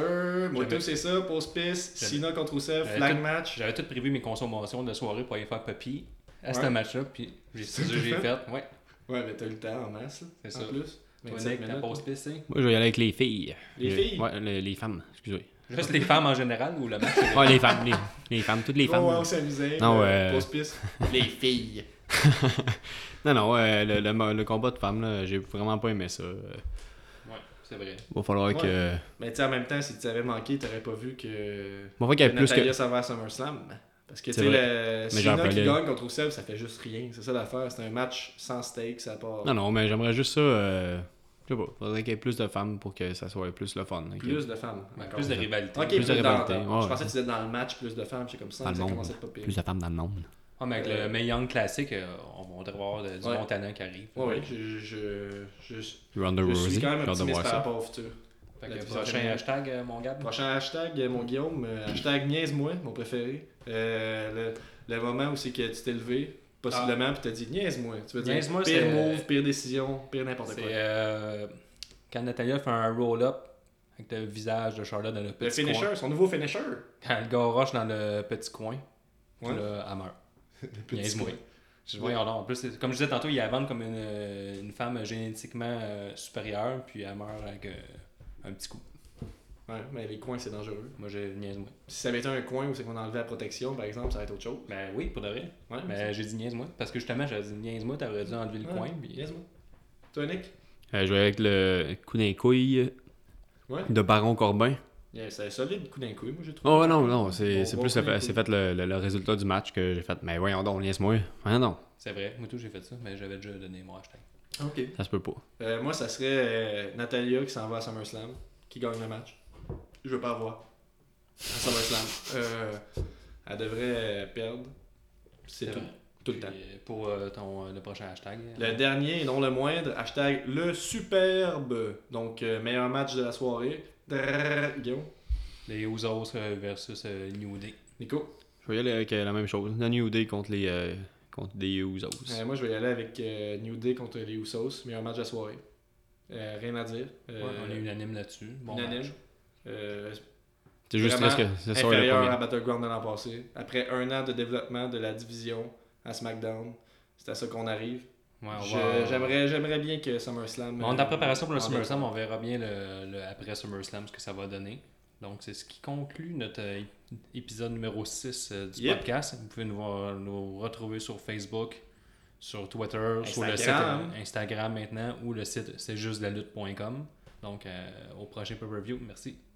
Speaker 1: Moi,
Speaker 2: J'avais-
Speaker 1: tout, c'est ça. Pause pisse,
Speaker 2: J'avais-
Speaker 1: Sina contre Rousseff,
Speaker 3: Euh,
Speaker 2: J'avais
Speaker 1: flag
Speaker 2: tout-
Speaker 1: match.
Speaker 2: J'avais tout prévu mes consommations de la soirée pour aller faire papy à ce
Speaker 1: Ouais.
Speaker 2: match-là. Puis j'ai c'est ça que j'ai
Speaker 1: fait.
Speaker 2: fait. Ouais,
Speaker 1: Ouais, mais t'as eu le temps en masse, là,
Speaker 2: C'est
Speaker 1: en
Speaker 2: ça.
Speaker 1: plus.
Speaker 2: toi,
Speaker 1: 27
Speaker 2: Nick, ta
Speaker 1: minutes.
Speaker 2: pause PC.
Speaker 3: Moi, je vais y aller avec les filles.
Speaker 1: Les
Speaker 3: Je-
Speaker 1: filles?
Speaker 3: Ouais, le- les femmes, excusez.
Speaker 2: Juste les femmes en général ou le match
Speaker 3: Ouais, les femmes, les, les femmes, toutes les
Speaker 1: Oh,
Speaker 3: femmes.
Speaker 1: wow, c'est amusant.
Speaker 3: Non,
Speaker 1: euh,
Speaker 3: euh,
Speaker 1: pause pisse. Les filles.
Speaker 3: Non, non, euh, le, le- le combat de femmes, là, j'ai vraiment pas aimé ça. Euh,
Speaker 2: Ouais, c'est vrai.
Speaker 3: Va falloir
Speaker 1: Ouais.
Speaker 3: que.
Speaker 1: Mais tu sais, en même temps, si tu avais manqué, t'aurais pas vu que.
Speaker 3: Va falloir qu'il y ait plus
Speaker 1: Natalia
Speaker 3: que.
Speaker 1: s'en va à SummerSlam. Parce que tu
Speaker 3: C'est
Speaker 1: sais, le
Speaker 3: Mais
Speaker 1: Cena
Speaker 3: j'en
Speaker 1: qui
Speaker 3: parlais.
Speaker 1: gagne contre Rousseff, ça fait juste rien. C'est ça l'affaire. C'est un match sans stakes à part.
Speaker 3: Non, non, mais j'aimerais juste ça. euh, Je sais pas, faudrait qu'il y ait plus de femmes pour que ça soit plus le fun. ok?
Speaker 1: Plus de femmes.
Speaker 2: Ben,
Speaker 1: encore.
Speaker 2: plus de rivalité.
Speaker 1: Ok,
Speaker 3: Plus
Speaker 1: plus,
Speaker 3: de
Speaker 1: de
Speaker 3: rivalité, ouais,
Speaker 1: Je pensais
Speaker 3: ouais.
Speaker 1: que tu disais dans le match, plus de femmes. J'étais comme ça,
Speaker 3: Dans
Speaker 1: ça
Speaker 3: le monde.
Speaker 1: commençait pas pire.
Speaker 3: Plus de femmes dans le monde.
Speaker 2: Ah, mais avec
Speaker 1: Euh,
Speaker 2: le Mayan classique, euh, on va on devrait avoir de- du
Speaker 1: Ouais.
Speaker 2: bon talent qui arrive.
Speaker 1: Ouais, ouais, je, je, je, je
Speaker 3: Ronda Rousey,
Speaker 1: suis
Speaker 3: j'ai
Speaker 1: quand même
Speaker 3: hâte de
Speaker 1: optimiste
Speaker 3: voir
Speaker 1: par
Speaker 3: ça.
Speaker 1: rapport au futur.
Speaker 2: Fait
Speaker 1: La
Speaker 2: que
Speaker 1: plus
Speaker 2: prochain
Speaker 1: certaine.
Speaker 2: hashtag, euh, mon gars.
Speaker 1: Prochain hashtag, euh, mon Guillaume, euh, hashtag niaise-moi, mon préféré. Euh, le, le moment où c'est que tu t'es levé, possiblement, puis t'as dit niaise-moi. Tu veux dire
Speaker 2: Ah. Niaise-moi,
Speaker 1: pire
Speaker 2: c'est-
Speaker 1: move, pire décision, pire n'importe
Speaker 2: C'est
Speaker 1: quoi.
Speaker 2: euh, quand Natalia fait un roll-up avec le visage de Charlotte dans le
Speaker 1: Le
Speaker 2: petit
Speaker 1: finisher,
Speaker 2: coin.
Speaker 1: son nouveau finisher.
Speaker 2: Quand elle garoche dans le petit coin,
Speaker 1: Ouais.
Speaker 2: là, elle meurt.
Speaker 1: petit
Speaker 2: Niaise-moi.
Speaker 1: coin.
Speaker 2: Je dis, voyons donc. En plus, c'est- comme je disais tantôt, il la vend comme une, euh, une femme génétiquement euh, supérieure, puis elle meurt avec euh, un petit coup.
Speaker 1: Ouais, mais les coins, c'est dangereux.
Speaker 2: Moi, je niaise-moi.
Speaker 1: Si ça avait été un coin où c'est qu'on enlevait la protection, par exemple, ça aurait été autre chose.
Speaker 2: Ben oui, pour de vrai.
Speaker 1: Ouais,
Speaker 2: Mais j'ai dit niaise-moi. Parce que justement, j'avais dit niaise-moi, t'aurais dû enlever le
Speaker 1: Ouais,
Speaker 2: coin. Puis...
Speaker 1: niaise-moi. Toi, Nick
Speaker 3: Euh, je vais avec le coup d'un couille
Speaker 1: Ouais.
Speaker 3: de Baron Corbin.
Speaker 1: Yeah, C'est un solide coup d'un coup, moi, j'ai trouvé.
Speaker 3: Oh ouais, non, non,
Speaker 1: Bon,
Speaker 3: c'est c'est
Speaker 1: bon
Speaker 3: plus le
Speaker 1: coup,
Speaker 3: fait-
Speaker 1: coup.
Speaker 3: c'est fait le, le- le résultat du match que j'ai fait. Mais voyons donc, laisse-moi. Ah non,
Speaker 2: C'est vrai. Moi, tout, j'ai fait ça, mais j'avais déjà donné mon hashtag.
Speaker 1: Ok.
Speaker 3: ça se peut pas.
Speaker 1: Euh, moi, ça serait euh, Natalia qui s'en va à SummerSlam, qui gagne le match. Je veux pas avoir. Ça va être lent. Euh, elle devrait perdre. C'est
Speaker 2: C'est
Speaker 1: tout,
Speaker 2: vrai.
Speaker 1: tout le temps.
Speaker 2: Puis, euh, Pour euh, ton, euh, le prochain hashtag.
Speaker 1: Le dernier et non le moindre, hashtag le superbe. Donc, euh, meilleur match de la soirée. Drrrr, Guillaume,
Speaker 2: Les Ouzos euh, versus euh, New Day.
Speaker 1: Nico.
Speaker 3: Je vais y aller avec euh, la même chose. La New Day contre les, euh, contre les Usos.
Speaker 1: Euh, moi, je vais y aller avec euh, New Day contre les Usos. Meilleur match de la soirée. Euh, rien à dire.
Speaker 2: Ouais,
Speaker 1: Euh,
Speaker 2: on est unanime là-dessus. Bon
Speaker 1: unanime.
Speaker 2: match.
Speaker 1: ben, Euh,
Speaker 3: C'est juste
Speaker 1: Vraiment
Speaker 3: triste que ce soit le
Speaker 1: inférieur
Speaker 3: premier.
Speaker 1: à Battleground de l'an passé. Après un an de développement de la division à SmackDown, c'est à ça qu'on arrive.
Speaker 2: Ouais, on
Speaker 1: Je-
Speaker 2: va-
Speaker 1: J'aimerais j'aimerais bien que SummerSlam. euh,
Speaker 2: Mais On est en préparation pour le
Speaker 1: en
Speaker 2: SummerSlam, on verra bien le, le après SummerSlam ce que ça va donner. Donc, c'est ce qui conclut notre euh, épisode numéro 6 euh, du
Speaker 1: Yep.
Speaker 2: podcast. Vous pouvez nous, voir- nous retrouver sur Facebook, sur Twitter, sur le site
Speaker 1: Instagram.
Speaker 2: euh, Instagram maintenant ou le site c'est juste la lutte.com. Donc, euh, au prochain pay-per-view. Merci.